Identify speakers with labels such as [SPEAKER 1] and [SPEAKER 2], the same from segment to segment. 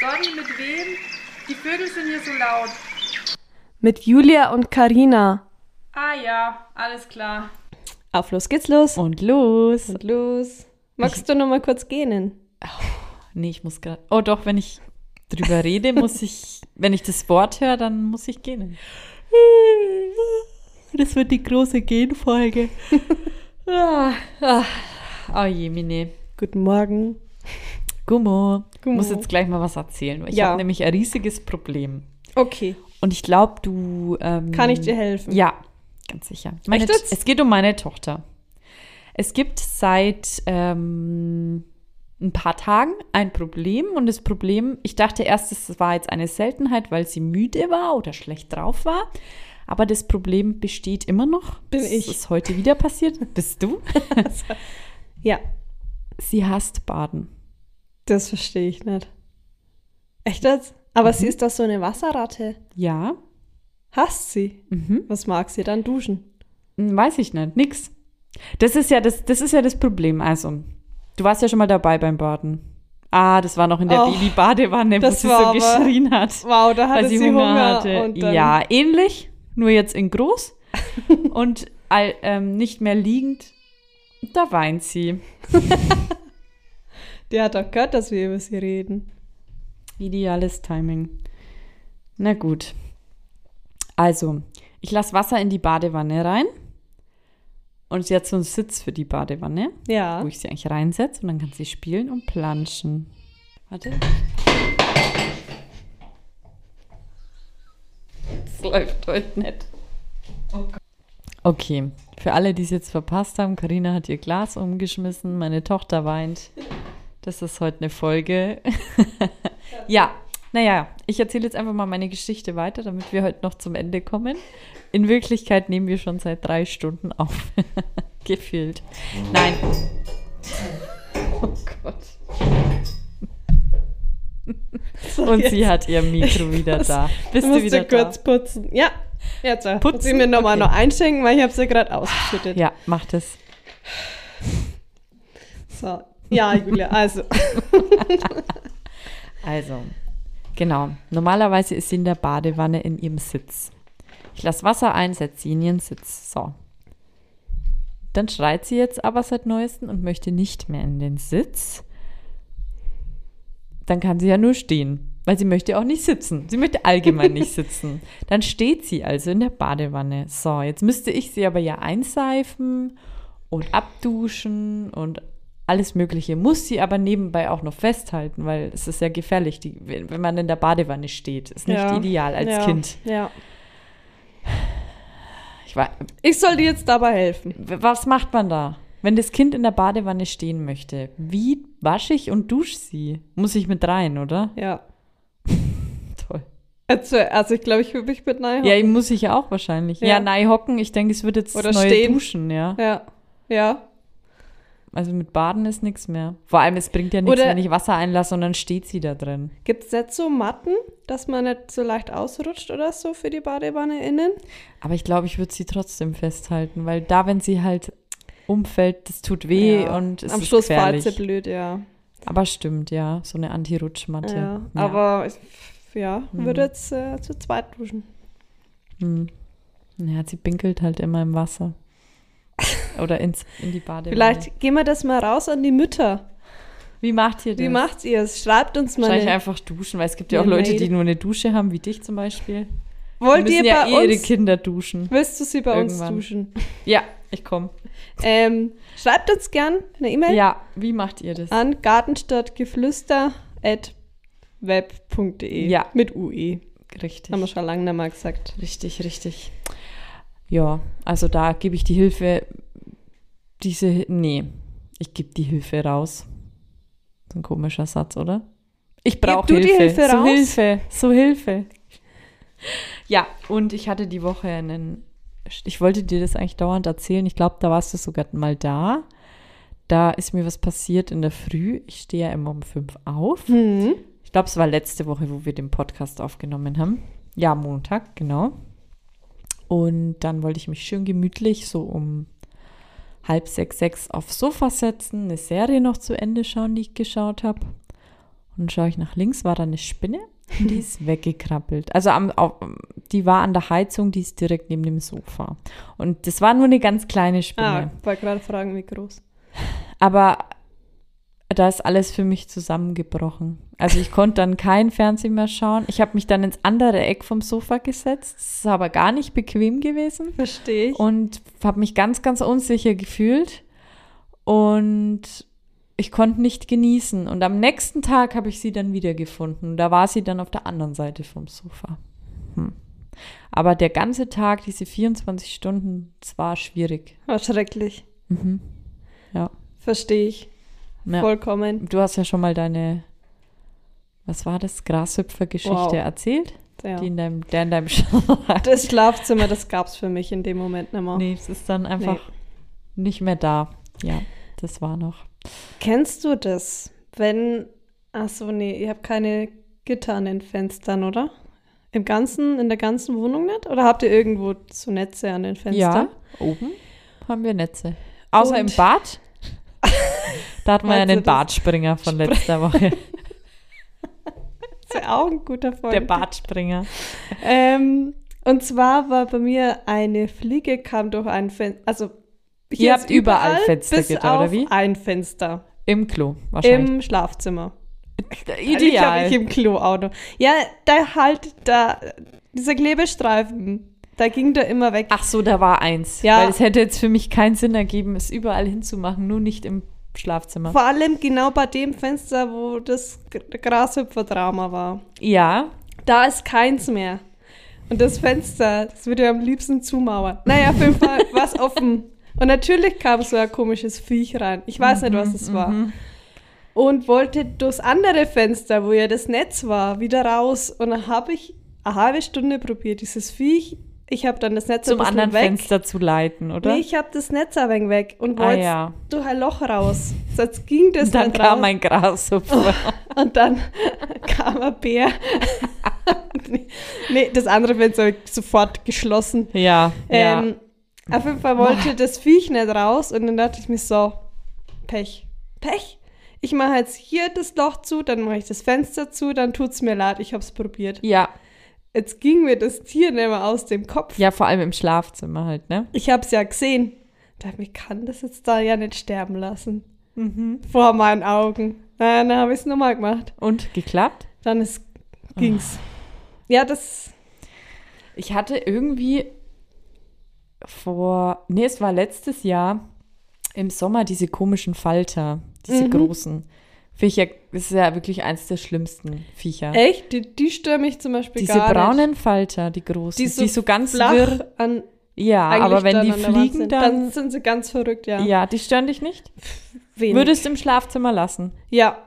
[SPEAKER 1] Conny, mit wem? Die Vögel sind hier so laut.
[SPEAKER 2] Mit Julia und Karina.
[SPEAKER 1] Ah ja, alles klar.
[SPEAKER 3] Auf los geht's los.
[SPEAKER 4] Und los.
[SPEAKER 3] Und los. Magst du noch mal kurz gähnen?
[SPEAKER 4] Nee, ich muss gerade. Oh doch, wenn ich drüber rede, muss ich. Wenn ich das Wort höre, dann muss ich gehen. Das wird die große Genfolge. ah, ah. Oh je, Mine.
[SPEAKER 3] Guten Morgen.
[SPEAKER 4] Gummo.
[SPEAKER 3] Gummo.
[SPEAKER 4] Muss jetzt gleich mal was erzählen. weil Ich
[SPEAKER 3] Ja.
[SPEAKER 4] habe nämlich ein riesiges Problem.
[SPEAKER 3] Okay.
[SPEAKER 4] Und ich glaube, du. Ähm,
[SPEAKER 3] Kann ich dir helfen?
[SPEAKER 4] Ja, ganz sicher. Meine,
[SPEAKER 3] Echt jetzt?
[SPEAKER 4] es geht um meine Tochter. Es gibt seit ähm, ein paar Tagen ein Problem und das Problem, ich dachte erst, es war jetzt eine Seltenheit, weil sie müde war oder schlecht drauf war. Aber das Problem besteht immer noch.
[SPEAKER 3] Bin
[SPEAKER 4] das
[SPEAKER 3] ich.
[SPEAKER 4] ist heute wieder passiert. Bist du?
[SPEAKER 3] Ja.
[SPEAKER 4] sie hasst Baden.
[SPEAKER 3] Das verstehe ich nicht. Echt jetzt? Aber sie ist doch so eine Wasserratte.
[SPEAKER 4] Ja.
[SPEAKER 3] Hasst sie?
[SPEAKER 4] Mhm.
[SPEAKER 3] Was mag sie dann duschen?
[SPEAKER 4] Hm, Weiß ich nicht. Nix. Das ist ja das, das ist ja das Problem. Also, du warst ja schon mal dabei beim Baden. Ah, das war noch in der
[SPEAKER 3] Oh,
[SPEAKER 4] Baby-Badewanne, wo
[SPEAKER 3] das
[SPEAKER 4] sie
[SPEAKER 3] war
[SPEAKER 4] so
[SPEAKER 3] aber-
[SPEAKER 4] geschrien hat.
[SPEAKER 3] Wow, da
[SPEAKER 4] Weil
[SPEAKER 3] hatte
[SPEAKER 4] sie
[SPEAKER 3] sie
[SPEAKER 4] Hunger,
[SPEAKER 3] Hunger.
[SPEAKER 4] hatte.
[SPEAKER 3] und dann
[SPEAKER 4] ja, ähnlich, nur jetzt in groß und all, ähm, nicht mehr liegend. Da weint sie.
[SPEAKER 3] Die hat doch gehört, dass wir über sie reden.
[SPEAKER 4] Ideales Timing. Na gut. Also, ich lasse Wasser in die Badewanne rein. Und sie hat so einen Sitz für die Badewanne.
[SPEAKER 3] Ja.
[SPEAKER 4] wo ich sie eigentlich reinsetze und dann kann sie spielen und planschen. Warte. Das läuft heute nicht. Okay, für alle, die es jetzt verpasst haben, Karina hat ihr Glas umgeschmissen, meine Tochter weint. Das ist heute eine Folge. ja, naja, ich erzähle jetzt einfach mal meine Geschichte weiter, damit wir heute noch zum Ende kommen. In Wirklichkeit nehmen wir schon seit drei Stunden auf. Gefühlt. Nein, Oh Gott. Und sie hat ihr Mikro wieder da. Bist
[SPEAKER 3] Ich
[SPEAKER 4] du
[SPEAKER 3] musste
[SPEAKER 4] wieder
[SPEAKER 3] kurz putzen. Ja. Jetzt äh, muss ich
[SPEAKER 4] Putzen?
[SPEAKER 3] mir nochmal
[SPEAKER 4] Okay.
[SPEAKER 3] noch einschenken, weil ich habe sie gerade ausgeschüttet.
[SPEAKER 4] da? Ja, mach das.
[SPEAKER 3] So. Ja, Julia, also.
[SPEAKER 4] Also, genau. Normalerweise ist sie in der Badewanne in ihrem Sitz. Ich lasse Wasser ein, setze sie in ihren Sitz. So. Dann schreit sie jetzt aber seit neuestem und möchte nicht mehr in den Sitz. Dann kann sie ja nur stehen, weil sie möchte auch nicht sitzen. Sie möchte allgemein nicht sitzen. Dann steht sie also in der Badewanne. So, jetzt müsste ich sie aber ja einseifen und abduschen und alles Mögliche. Muss sie aber nebenbei auch noch festhalten, weil es ist ja gefährlich, die, wenn wenn man in der Badewanne steht. Ist nicht
[SPEAKER 3] ja.
[SPEAKER 4] ideal als
[SPEAKER 3] ja.
[SPEAKER 4] Kind.
[SPEAKER 3] Ja.
[SPEAKER 4] Ich war,
[SPEAKER 3] Ich soll dir jetzt dabei helfen.
[SPEAKER 4] W- Was macht man da? Wenn das Kind in der Badewanne stehen möchte, wie wasche ich und dusche sie? Muss ich mit rein, oder?
[SPEAKER 3] Ja.
[SPEAKER 4] Toll.
[SPEAKER 3] Also, also ich glaube, ich würde mich mit Nein.
[SPEAKER 4] Ja, muss ich ja auch wahrscheinlich. Ja,
[SPEAKER 3] Ja.
[SPEAKER 4] nein, hocken, ich denke, es wird jetzt
[SPEAKER 3] Oder
[SPEAKER 4] das neue
[SPEAKER 3] stehen.
[SPEAKER 4] Duschen, ja.
[SPEAKER 3] Ja. Ja.
[SPEAKER 4] Also mit Baden ist nichts mehr. Vor allem, es bringt ja nichts,
[SPEAKER 3] Oder-
[SPEAKER 4] wenn ich Wasser einlasse und dann steht sie da drin.
[SPEAKER 3] Gibt es jetzt so Matten, dass man nicht so leicht ausrutscht oder so für die Badewanne innen?
[SPEAKER 4] Aber ich glaube, ich würde sie trotzdem festhalten, weil da, wenn sie halt umfällt, das tut weh
[SPEAKER 3] Ja.
[SPEAKER 4] und es
[SPEAKER 3] Am
[SPEAKER 4] ist
[SPEAKER 3] Schluss war
[SPEAKER 4] gefährlich.
[SPEAKER 3] sie blöd, ja.
[SPEAKER 4] Aber stimmt, ja, so eine Anti-Rutschmatte.
[SPEAKER 3] ja. Aber ich- ja, würde jetzt äh, zu zweit duschen.
[SPEAKER 4] Hm. Ja, sie pinkelt halt immer im Wasser. Oder ins, in die Badewanne.
[SPEAKER 3] Vielleicht gehen wir das mal raus an die Mütter.
[SPEAKER 4] Wie macht ihr das?
[SPEAKER 3] Wie macht ihr es? Schreibt uns mal.
[SPEAKER 4] Wahrscheinlich
[SPEAKER 3] eine-
[SPEAKER 4] einfach duschen, weil es gibt ja auch
[SPEAKER 3] meine
[SPEAKER 4] Leute, die
[SPEAKER 3] Idee.
[SPEAKER 4] nur eine Dusche haben, wie dich zum Beispiel.
[SPEAKER 3] Wollt
[SPEAKER 4] Die
[SPEAKER 3] ihr
[SPEAKER 4] müssen ja
[SPEAKER 3] bei
[SPEAKER 4] eh ihre
[SPEAKER 3] uns?
[SPEAKER 4] Kinder duschen.
[SPEAKER 3] Willst du sie bei
[SPEAKER 4] Irgendwann.
[SPEAKER 3] uns duschen?
[SPEAKER 4] Ja, ich komme.
[SPEAKER 3] Ähm, schreibt uns gern eine E-Mail
[SPEAKER 4] Ja, wie macht ihr das?
[SPEAKER 3] an gartenstadtgeflüster.web.de.
[SPEAKER 4] Ja.
[SPEAKER 3] Mit UE. Haben wir
[SPEAKER 4] Richtig.
[SPEAKER 3] schon lange nicht mal gesagt.
[SPEAKER 4] Richtig, richtig. Ja, also da gebe ich die Hilfe. Diese. Nee, ich gebe die Hilfe raus. So ein komischer Satz, oder? Ich brauche
[SPEAKER 3] du die
[SPEAKER 4] Hilfe.
[SPEAKER 3] Hilfe
[SPEAKER 4] so
[SPEAKER 3] raus?
[SPEAKER 4] Hilfe, so Hilfe. Ja, und ich hatte die Woche einen. Ich wollte dir das eigentlich dauernd erzählen. Ich glaube, da warst du sogar mal da. Da ist mir was passiert in der Früh. Ich stehe ja immer um fünf auf.
[SPEAKER 3] Hm.
[SPEAKER 4] Ich glaube, es war letzte Woche, wo wir den Podcast aufgenommen haben. Ja, Montag, genau. Und dann wollte ich mich schön gemütlich so um halb sechs, sechs aufs Sofa setzen, eine Serie noch zu Ende schauen, die ich geschaut habe. Und schaue ich nach links, war da eine Spinne. und Die ist weggekrabbelt. Also am, auf, die war an der Heizung, die ist direkt neben dem Sofa. Und das war nur eine ganz kleine Spinne.
[SPEAKER 3] Ah, wollte gerade fragen, wie groß.
[SPEAKER 4] Aber da ist alles für mich zusammengebrochen. Also ich konnte dann kein Fernsehen mehr schauen. Ich habe mich dann ins andere Eck vom Sofa gesetzt. Das ist aber gar nicht bequem gewesen.
[SPEAKER 3] Verstehe ich.
[SPEAKER 4] Und habe mich ganz, ganz unsicher gefühlt. Und ich konnte nicht genießen. Und am nächsten Tag habe ich sie dann wiedergefunden. Da war sie dann auf der anderen Seite vom Sofa. Hm. Aber der ganze Tag, diese 24 Stunden, es war schwierig.
[SPEAKER 3] War schrecklich.
[SPEAKER 4] Mhm. Ja.
[SPEAKER 3] Verstehe ich.
[SPEAKER 4] ja.
[SPEAKER 3] Vollkommen.
[SPEAKER 4] Du hast ja schon mal deine, was war das, Grashüpfer-Geschichte
[SPEAKER 3] Wow.
[SPEAKER 4] erzählt,
[SPEAKER 3] Ja. Genau.
[SPEAKER 4] die in deinem, der in deinem Schrank.
[SPEAKER 3] Das Schlafzimmer, das gab es für mich in dem Moment nicht mehr.
[SPEAKER 4] Nee, es ist dann einfach nicht mehr da. Ja, das war noch.
[SPEAKER 3] Kennst du das, wenn. Achso, nee, ihr habt keine Gitter an den Fenstern, oder? Im ganzen, in der ganzen Wohnung nicht? Oder habt ihr irgendwo so Netze an den Fenstern?
[SPEAKER 4] Ja, oben haben wir Netze. Außer im
[SPEAKER 3] Und-
[SPEAKER 4] Bad. Da hatten wir ja
[SPEAKER 3] Meinst du
[SPEAKER 4] den
[SPEAKER 3] das?
[SPEAKER 4] Bartspringer von letzter Woche.
[SPEAKER 3] Das ist ja auch ein guter Folge.
[SPEAKER 4] Der Bartspringer.
[SPEAKER 3] Ähm, und zwar war bei mir eine Fliege, kam durch ein Fenster. Also,
[SPEAKER 4] Ihr habt
[SPEAKER 3] ist
[SPEAKER 4] überall Fenstergitter,
[SPEAKER 3] bis
[SPEAKER 4] oder
[SPEAKER 3] auf
[SPEAKER 4] wie?
[SPEAKER 3] Ein Fenster.
[SPEAKER 4] Im Klo, wahrscheinlich.
[SPEAKER 3] Im Schlafzimmer. Ich habe
[SPEAKER 4] Ideal.
[SPEAKER 3] ich im Kloauto. Ja, da halt, da, dieser Klebestreifen, da ging der immer weg.
[SPEAKER 4] Ach so, da war eins.
[SPEAKER 3] Ja.
[SPEAKER 4] Weil es hätte jetzt für mich keinen Sinn ergeben, es überall hinzumachen, nur nicht im Schlafzimmer.
[SPEAKER 3] Vor allem genau bei dem Fenster, wo das Gr- Grashüpfer-Drama war.
[SPEAKER 4] Ja,
[SPEAKER 3] Da ist keins mehr. Und das Fenster, das würde ich am liebsten zumauern. Naja, auf jeden Fall war es offen. Und natürlich kam so ein komisches Viech rein. Ich weiß nicht,
[SPEAKER 4] Mhm,
[SPEAKER 3] was es war. Und wollte durchs andere Fenster, wo ja das Netz war, wieder raus. Und dann habe ich eine halbe Stunde probiert, dieses Viech. Ich habe dann das Netz
[SPEAKER 4] zum
[SPEAKER 3] ein bisschen
[SPEAKER 4] anderen
[SPEAKER 3] weg.
[SPEAKER 4] Fenster zu leiten, oder?
[SPEAKER 3] Nee, ich habe das Netz ein wenig weg und
[SPEAKER 4] Ah,
[SPEAKER 3] wollte
[SPEAKER 4] ja.
[SPEAKER 3] durch ein Loch raus. Sonst ging das
[SPEAKER 4] Und dann
[SPEAKER 3] nicht
[SPEAKER 4] kam
[SPEAKER 3] raus.
[SPEAKER 4] mein Grashüpfer.
[SPEAKER 3] Und dann kam ein Bär. nee, das andere Fenster hab ich sofort geschlossen.
[SPEAKER 4] Ja,
[SPEAKER 3] Ähm, Auf jeden Fall wollte das Viech nicht raus und dann dachte ich mir so, Pech, Pech. Ich mache jetzt hier das Loch zu, dann mache ich das Fenster zu, dann tut's mir leid, ich hab's probiert.
[SPEAKER 4] ja. Ja,
[SPEAKER 3] Jetzt ging mir das Tier nicht mehr aus dem Kopf.
[SPEAKER 4] ja, vor allem im Schlafzimmer halt, ne?
[SPEAKER 3] Ich hab's ja gesehen. Da dachte ich, mir, kann das jetzt da ja nicht sterben lassen.
[SPEAKER 4] mhm.
[SPEAKER 3] Vor meinen Augen. Na, dann habe ich's nochmal gemacht.
[SPEAKER 4] Und geklappt?
[SPEAKER 3] Dann ist, ging's.
[SPEAKER 4] Ah.
[SPEAKER 3] Ja, das.
[SPEAKER 4] Ich hatte irgendwie vor, nee, es war letztes Jahr im Sommer diese komischen Falter, diese
[SPEAKER 3] Mhm.
[SPEAKER 4] großen. Viecher, das ist ja wirklich eins der schlimmsten Viecher.
[SPEAKER 3] Echt? Die, die stürme ich zum Beispiel
[SPEAKER 4] diese
[SPEAKER 3] gar nicht.
[SPEAKER 4] braunen Falter, die großen, die so, ganz wirr.
[SPEAKER 3] an,
[SPEAKER 4] Ja,
[SPEAKER 3] eigentlich
[SPEAKER 4] aber wenn
[SPEAKER 3] dann
[SPEAKER 4] die
[SPEAKER 3] an der Wand
[SPEAKER 4] fliegen,
[SPEAKER 3] sind,
[SPEAKER 4] dann,
[SPEAKER 3] Dann sind sie ganz verrückt, ja.
[SPEAKER 4] Ja, die stören dich nicht?
[SPEAKER 3] Wenig.
[SPEAKER 4] Würdest du im Schlafzimmer lassen?
[SPEAKER 3] Ja.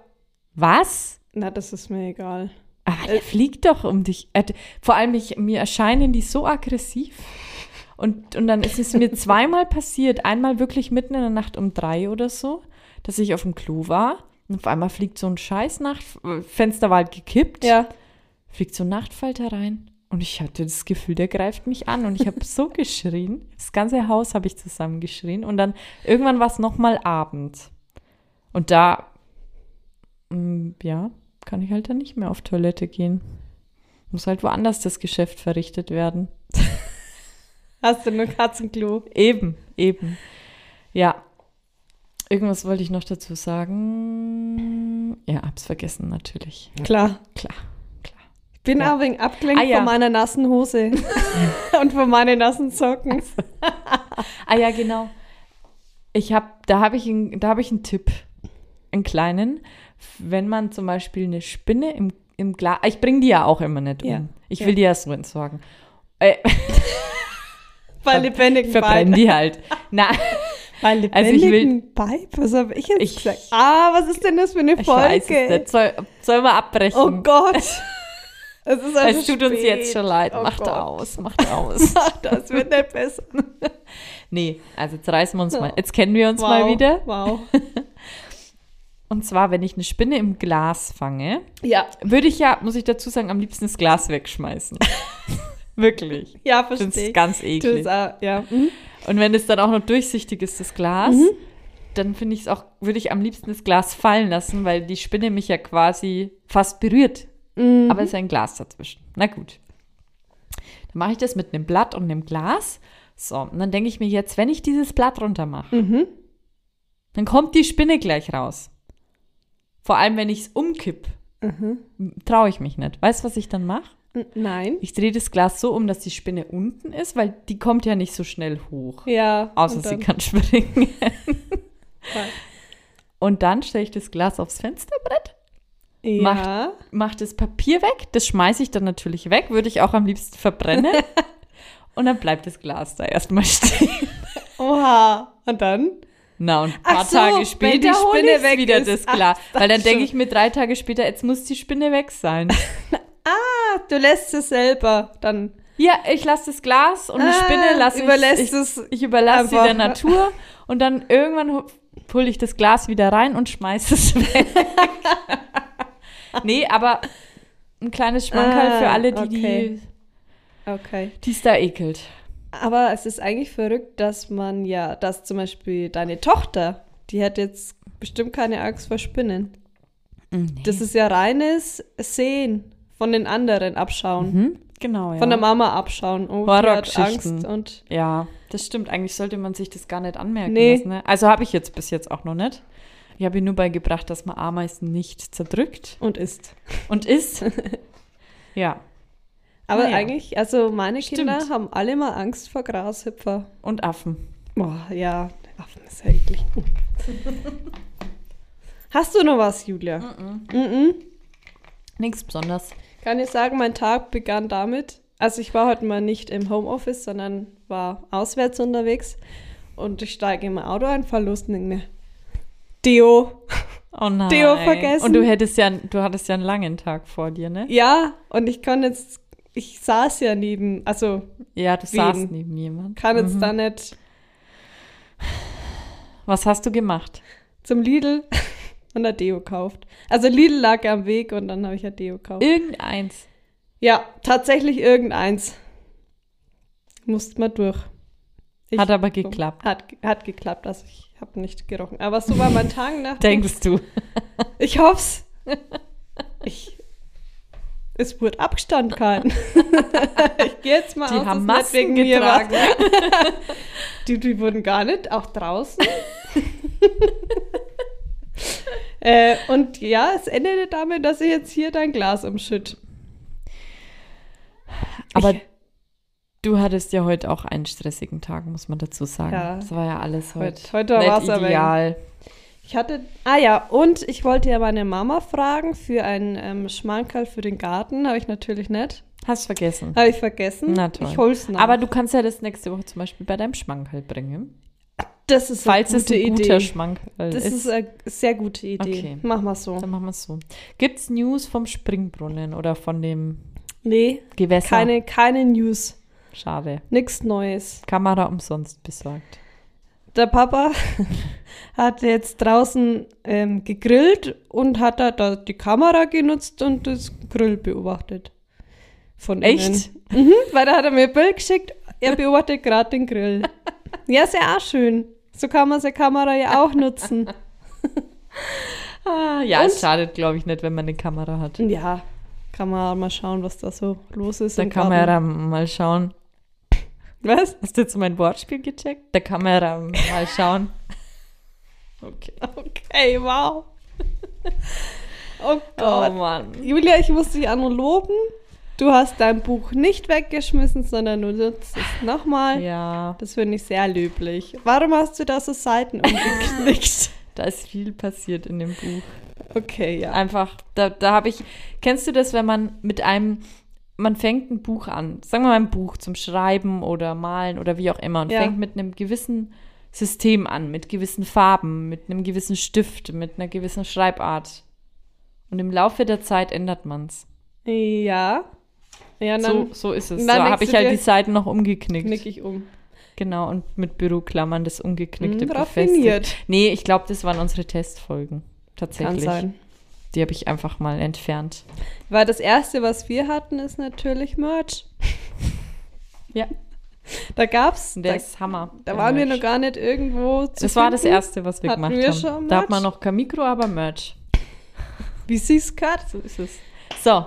[SPEAKER 4] Was?
[SPEAKER 3] Na, das ist mir egal.
[SPEAKER 4] Aber der fliegt doch um dich. Äh, Vor allem, ich, mir erscheinen die so aggressiv. Und, und dann ist es mir zweimal passiert. Einmal wirklich mitten in der Nacht um drei oder so, dass ich auf dem Klo war. Und auf einmal fliegt so ein scheiß Nacht, Fenster war halt gekippt,
[SPEAKER 3] Ja.
[SPEAKER 4] fliegt so ein Nachtfalter rein. Und ich hatte das Gefühl, der greift mich an. Und ich habe so geschrien. Das ganze Haus habe ich zusammengeschrien. Und dann irgendwann war es nochmal Abend. Und da, mm, ja, kann ich halt dann nicht mehr auf Toilette gehen. Muss halt woanders das Geschäft verrichtet werden.
[SPEAKER 3] Hast du nur Katzenklo?
[SPEAKER 4] Eben, eben. Ja. Irgendwas wollte ich noch dazu sagen. Ja, hab's vergessen natürlich.
[SPEAKER 3] Klar.
[SPEAKER 4] Klar, klar.
[SPEAKER 3] Ich bin
[SPEAKER 4] Ja.
[SPEAKER 3] aber wegen abgelenkt
[SPEAKER 4] Ah, ja.
[SPEAKER 3] von meiner nassen Hose und von meinen nassen Socken.
[SPEAKER 4] Ah ja, genau. Ich hab, da habe ich, einen- da hab ich einen Tipp, einen kleinen. Wenn man zum Beispiel eine Spinne im, im Glas, ich bringe die ja auch immer nicht um.
[SPEAKER 3] Ja,
[SPEAKER 4] Ich
[SPEAKER 3] ja.
[SPEAKER 4] will die ja so entsorgen. Äh,
[SPEAKER 3] Bei lebendigem
[SPEAKER 4] verbrennen
[SPEAKER 3] Weib.
[SPEAKER 4] die halt. Na,
[SPEAKER 3] Bei
[SPEAKER 4] Also ich will-
[SPEAKER 3] lebendigem Weib? Was habe ich jetzt
[SPEAKER 4] Ich-
[SPEAKER 3] gesagt? Ah, was ist denn das für eine
[SPEAKER 4] ich
[SPEAKER 3] Folge?
[SPEAKER 4] weiß es nicht. Soll, soll man abbrechen?
[SPEAKER 3] Oh Gott. Es ist einfach
[SPEAKER 4] es tut uns
[SPEAKER 3] spät.
[SPEAKER 4] jetzt schon leid.
[SPEAKER 3] Oh
[SPEAKER 4] macht
[SPEAKER 3] Gott.
[SPEAKER 4] aus, macht aus.
[SPEAKER 3] Das wird nicht besser.
[SPEAKER 4] nee, also jetzt reißen wir uns mal.
[SPEAKER 3] Ja.
[SPEAKER 4] Jetzt kennen wir uns mal wieder.
[SPEAKER 3] Wow.
[SPEAKER 4] Und zwar, wenn ich eine Spinne im Glas fange,
[SPEAKER 3] Ja,
[SPEAKER 4] würde ich ja, muss ich dazu sagen, am liebsten das Glas wegschmeißen. Wirklich.
[SPEAKER 3] ja,
[SPEAKER 4] Ich finde
[SPEAKER 3] verstehe.
[SPEAKER 4] es ganz
[SPEAKER 3] Du bist
[SPEAKER 4] eklig.
[SPEAKER 3] auch- ja.
[SPEAKER 4] Und wenn es dann auch noch durchsichtig ist, das Glas, dann finde ich es auch, würde ich am liebsten das Glas fallen lassen, weil die Spinne mich ja quasi fast berührt. Aber es ist ein Glas dazwischen. Na gut. Dann mache ich das mit einem Blatt und einem Glas. So, und dann denke ich mir jetzt, wenn ich dieses Blatt runter mache, dann kommt die Spinne gleich raus. Vor allem, wenn ich es umkipp, traue ich mich nicht. Weißt du, was ich dann mache?
[SPEAKER 3] N- Nein.
[SPEAKER 4] Ich drehe das Glas so um, dass die Spinne unten ist, weil die kommt ja nicht so schnell hoch.
[SPEAKER 3] Ja.
[SPEAKER 4] Außer
[SPEAKER 3] und
[SPEAKER 4] sie
[SPEAKER 3] dann-
[SPEAKER 4] kann springen.
[SPEAKER 3] Fuck.
[SPEAKER 4] Und dann stelle ich das Glas aufs Fensterbrett,
[SPEAKER 3] Ja.
[SPEAKER 4] macht- mache das Papier weg, das schmeiße ich dann natürlich weg, würde ich auch am liebsten verbrennen. und dann bleibt das Glas da erstmal stehen.
[SPEAKER 3] Oha. Und dann?
[SPEAKER 4] Na, und ein
[SPEAKER 3] Ach
[SPEAKER 4] paar
[SPEAKER 3] so, wenn
[SPEAKER 4] Tage
[SPEAKER 3] die
[SPEAKER 4] später hole
[SPEAKER 3] Spinne
[SPEAKER 4] ich
[SPEAKER 3] weg
[SPEAKER 4] wieder
[SPEAKER 3] ist.
[SPEAKER 4] das
[SPEAKER 3] Ach,
[SPEAKER 4] Glas.
[SPEAKER 3] das
[SPEAKER 4] Weil dann denke
[SPEAKER 3] schon.
[SPEAKER 4] ich mir drei Tage später, jetzt muss die Spinne weg sein.
[SPEAKER 3] Ah, Du lässt es selber dann.
[SPEAKER 4] ja, ich lasse das Glas und die
[SPEAKER 3] Ah,
[SPEAKER 4] Spinne lasse ich.
[SPEAKER 3] überlässt
[SPEAKER 4] ich,
[SPEAKER 3] es
[SPEAKER 4] ich überlasse sie
[SPEAKER 3] einfach.
[SPEAKER 4] der Natur und dann irgendwann hu- pull ich das Glas wieder rein und schmeiße es weg. nee, aber ein kleines Schmankerl
[SPEAKER 3] Ah,
[SPEAKER 4] für alle, die
[SPEAKER 3] okay.
[SPEAKER 4] die
[SPEAKER 3] Okay.
[SPEAKER 4] die es da ekelt.
[SPEAKER 3] Aber es ist eigentlich verrückt, dass man ja, dass zum Beispiel deine Tochter, die hat jetzt bestimmt keine Angst vor Spinnen.
[SPEAKER 4] Mhm.
[SPEAKER 3] Das ist ja reines Sehen von den anderen abschauen.
[SPEAKER 4] Mhm. Genau, ja.
[SPEAKER 3] Von der Mama abschauen. Oh, die hat
[SPEAKER 4] Horrorgeschichten.
[SPEAKER 3] Angst und
[SPEAKER 4] ja, das stimmt. Eigentlich sollte man sich das gar nicht anmerken
[SPEAKER 3] Nee.
[SPEAKER 4] lassen. Ne? Also habe ich jetzt bis jetzt auch noch nicht. Ich habe ihr nur beigebracht, dass man Ameisen nicht zerdrückt
[SPEAKER 3] und isst.
[SPEAKER 4] und isst. ja,
[SPEAKER 3] Aber
[SPEAKER 4] Naja.
[SPEAKER 3] eigentlich, also meine Kinder
[SPEAKER 4] Stimmt.
[SPEAKER 3] haben alle mal Angst vor Grashüpfer.
[SPEAKER 4] und Affen.
[SPEAKER 3] Boah, ja, Affen ist ja eklig. Hast du noch was, Julia? Mhm.
[SPEAKER 4] Nichts Besonderes.
[SPEAKER 3] Kann ich sagen, mein Tag begann damit. Also ich war heute mal nicht im Homeoffice, sondern war auswärts unterwegs. Und ich steige im Auto ein, fahr los und denk mir, Deo.
[SPEAKER 4] Oh nein.
[SPEAKER 3] Deo vergessen.
[SPEAKER 4] Und du hättest ja, du hattest ja einen langen Tag vor dir, ne?
[SPEAKER 3] Ja, und ich kann jetzt, ich saß ja neben, also
[SPEAKER 4] Ja, du
[SPEAKER 3] Wen?
[SPEAKER 4] saßt neben jemand. Mhm.
[SPEAKER 3] kann jetzt da nicht
[SPEAKER 4] Was hast du gemacht?
[SPEAKER 3] zum Lidl und da Deo kauft. Also Lidl lag ja am Weg und dann habe ich ja Deo gekauft.
[SPEAKER 4] Irgendeins.
[SPEAKER 3] Ja, tatsächlich irgendeins. Musste mal durch. Ich-
[SPEAKER 4] Hat aber geklappt.
[SPEAKER 3] Hat, hat geklappt, also ich habe nicht gerochen. Aber so war mein Tag nach.
[SPEAKER 4] Denkst du?
[SPEAKER 3] Ich hoff's. Ich, es wurde Abstand gehalten. ich gehe jetzt mal
[SPEAKER 4] Die
[SPEAKER 3] aus,
[SPEAKER 4] haben
[SPEAKER 3] dass
[SPEAKER 4] Masken
[SPEAKER 3] nicht wegen
[SPEAKER 4] getragen.
[SPEAKER 3] mir war. die, die wurden gar nicht, auch draußen. äh, und ja, es endete damit, dass ich jetzt hier dein Glas umschütt.
[SPEAKER 4] Aber
[SPEAKER 3] Ich-
[SPEAKER 4] du hattest ja heute auch einen stressigen Tag, muss man dazu sagen.
[SPEAKER 3] Ja.
[SPEAKER 4] Das war ja alles heute.
[SPEAKER 3] Heute- heute
[SPEAKER 4] nicht
[SPEAKER 3] war's aber-
[SPEAKER 4] ideal.
[SPEAKER 3] Ich hatte, ah ja, und ich wollte ja meine Mama fragen für einen ähm, Schmankerl für den Garten, habe ich natürlich nicht.
[SPEAKER 4] Hast vergessen.
[SPEAKER 3] Habe ich vergessen.
[SPEAKER 4] Na toll.
[SPEAKER 3] Äh, Ich hol's nach.
[SPEAKER 4] Aber du kannst ja das nächste Woche zum Beispiel bei deinem Schmankerl bringen.
[SPEAKER 3] das ist
[SPEAKER 4] Falls
[SPEAKER 3] eine
[SPEAKER 4] es
[SPEAKER 3] gute
[SPEAKER 4] ein guter
[SPEAKER 3] Idee.
[SPEAKER 4] Schmankerl
[SPEAKER 3] Das
[SPEAKER 4] ist,
[SPEAKER 3] ist eine sehr gute Idee.
[SPEAKER 4] Okay.
[SPEAKER 3] Mach mal so.
[SPEAKER 4] dann machen wir es so. Gibt es News vom Springbrunnen oder von dem
[SPEAKER 3] Nee,
[SPEAKER 4] Gewässer?
[SPEAKER 3] keine, keine News.
[SPEAKER 4] Schade.
[SPEAKER 3] Nichts Neues.
[SPEAKER 4] Kamera umsonst besorgt.
[SPEAKER 3] Der Papa hat jetzt draußen ähm, gegrillt und hat da, da die Kamera genutzt und das Grill beobachtet. Von
[SPEAKER 4] Echt?
[SPEAKER 3] Innen. Mhm, weil da hat er mir ein Bild geschickt. Er beobachtet gerade den Grill. Ja, ist ja auch schön. So kann man seine Kamera ja auch nutzen.
[SPEAKER 4] Ah, ja,
[SPEAKER 3] Und-
[SPEAKER 4] es schadet, glaube ich, nicht, wenn man eine Kamera hat.
[SPEAKER 3] Ja, kann man auch mal schauen, was da so los ist.
[SPEAKER 4] Der
[SPEAKER 3] im Garten.
[SPEAKER 4] Kamera mal schauen.
[SPEAKER 3] Was?
[SPEAKER 4] Hast du jetzt mein Wortspiel gecheckt? Der Kamera mal schauen. Okay.
[SPEAKER 3] Okay, wow. Oh
[SPEAKER 4] Oh
[SPEAKER 3] Gott.
[SPEAKER 4] Mann.
[SPEAKER 3] Julia, ich muss dich auch nur loben. Du hast dein Buch nicht weggeschmissen, sondern du nutzt es nochmal.
[SPEAKER 4] Ja,
[SPEAKER 3] Das finde ich sehr löblich. Warum hast du da so Seiten umgeknickt?
[SPEAKER 4] da ist viel passiert in dem Buch.
[SPEAKER 3] Okay, ja.
[SPEAKER 4] Einfach, da, da habe ich. Kennst du das, wenn man mit einem. Man fängt ein Buch an, sagen wir mal ein Buch zum Schreiben oder Malen oder wie auch immer, und
[SPEAKER 3] Ja.
[SPEAKER 4] fängt mit einem gewissen System an, mit gewissen Farben, mit einem gewissen Stift, mit einer gewissen Schreibart. Und im Laufe der Zeit ändert man's.
[SPEAKER 3] Ja. Ja,
[SPEAKER 4] So,
[SPEAKER 3] dann
[SPEAKER 4] so ist es.
[SPEAKER 3] und
[SPEAKER 4] So
[SPEAKER 3] dann
[SPEAKER 4] habe
[SPEAKER 3] legst
[SPEAKER 4] ich
[SPEAKER 3] du
[SPEAKER 4] halt
[SPEAKER 3] dir-
[SPEAKER 4] die Seiten noch umgeknickt.
[SPEAKER 3] knick ich um.
[SPEAKER 4] Genau, und mit Büroklammern das umgeknickte
[SPEAKER 3] Mm,
[SPEAKER 4] befestigt.
[SPEAKER 3] raffiniert.
[SPEAKER 4] Nee, ich glaube, das waren unsere Testfolgen.
[SPEAKER 3] Kann
[SPEAKER 4] Tatsächlich.
[SPEAKER 3] sein.
[SPEAKER 4] Die habe ich einfach mal entfernt.
[SPEAKER 3] Weil das Erste, was wir hatten, ist natürlich Merch.
[SPEAKER 4] Ja.
[SPEAKER 3] Da gab's,
[SPEAKER 4] Der
[SPEAKER 3] da,
[SPEAKER 4] ist Hammer.
[SPEAKER 3] da
[SPEAKER 4] der
[SPEAKER 3] waren wir
[SPEAKER 4] Merch.
[SPEAKER 3] noch gar nicht irgendwo zu
[SPEAKER 4] Das war das
[SPEAKER 3] finden.
[SPEAKER 4] Erste, was wir
[SPEAKER 3] Hatten
[SPEAKER 4] gemacht
[SPEAKER 3] wir
[SPEAKER 4] haben.
[SPEAKER 3] schon
[SPEAKER 4] da
[SPEAKER 3] Merch?
[SPEAKER 4] hat man noch kein Mikro, aber Merch.
[SPEAKER 3] Wie süß, Kat.
[SPEAKER 4] So ist es. So,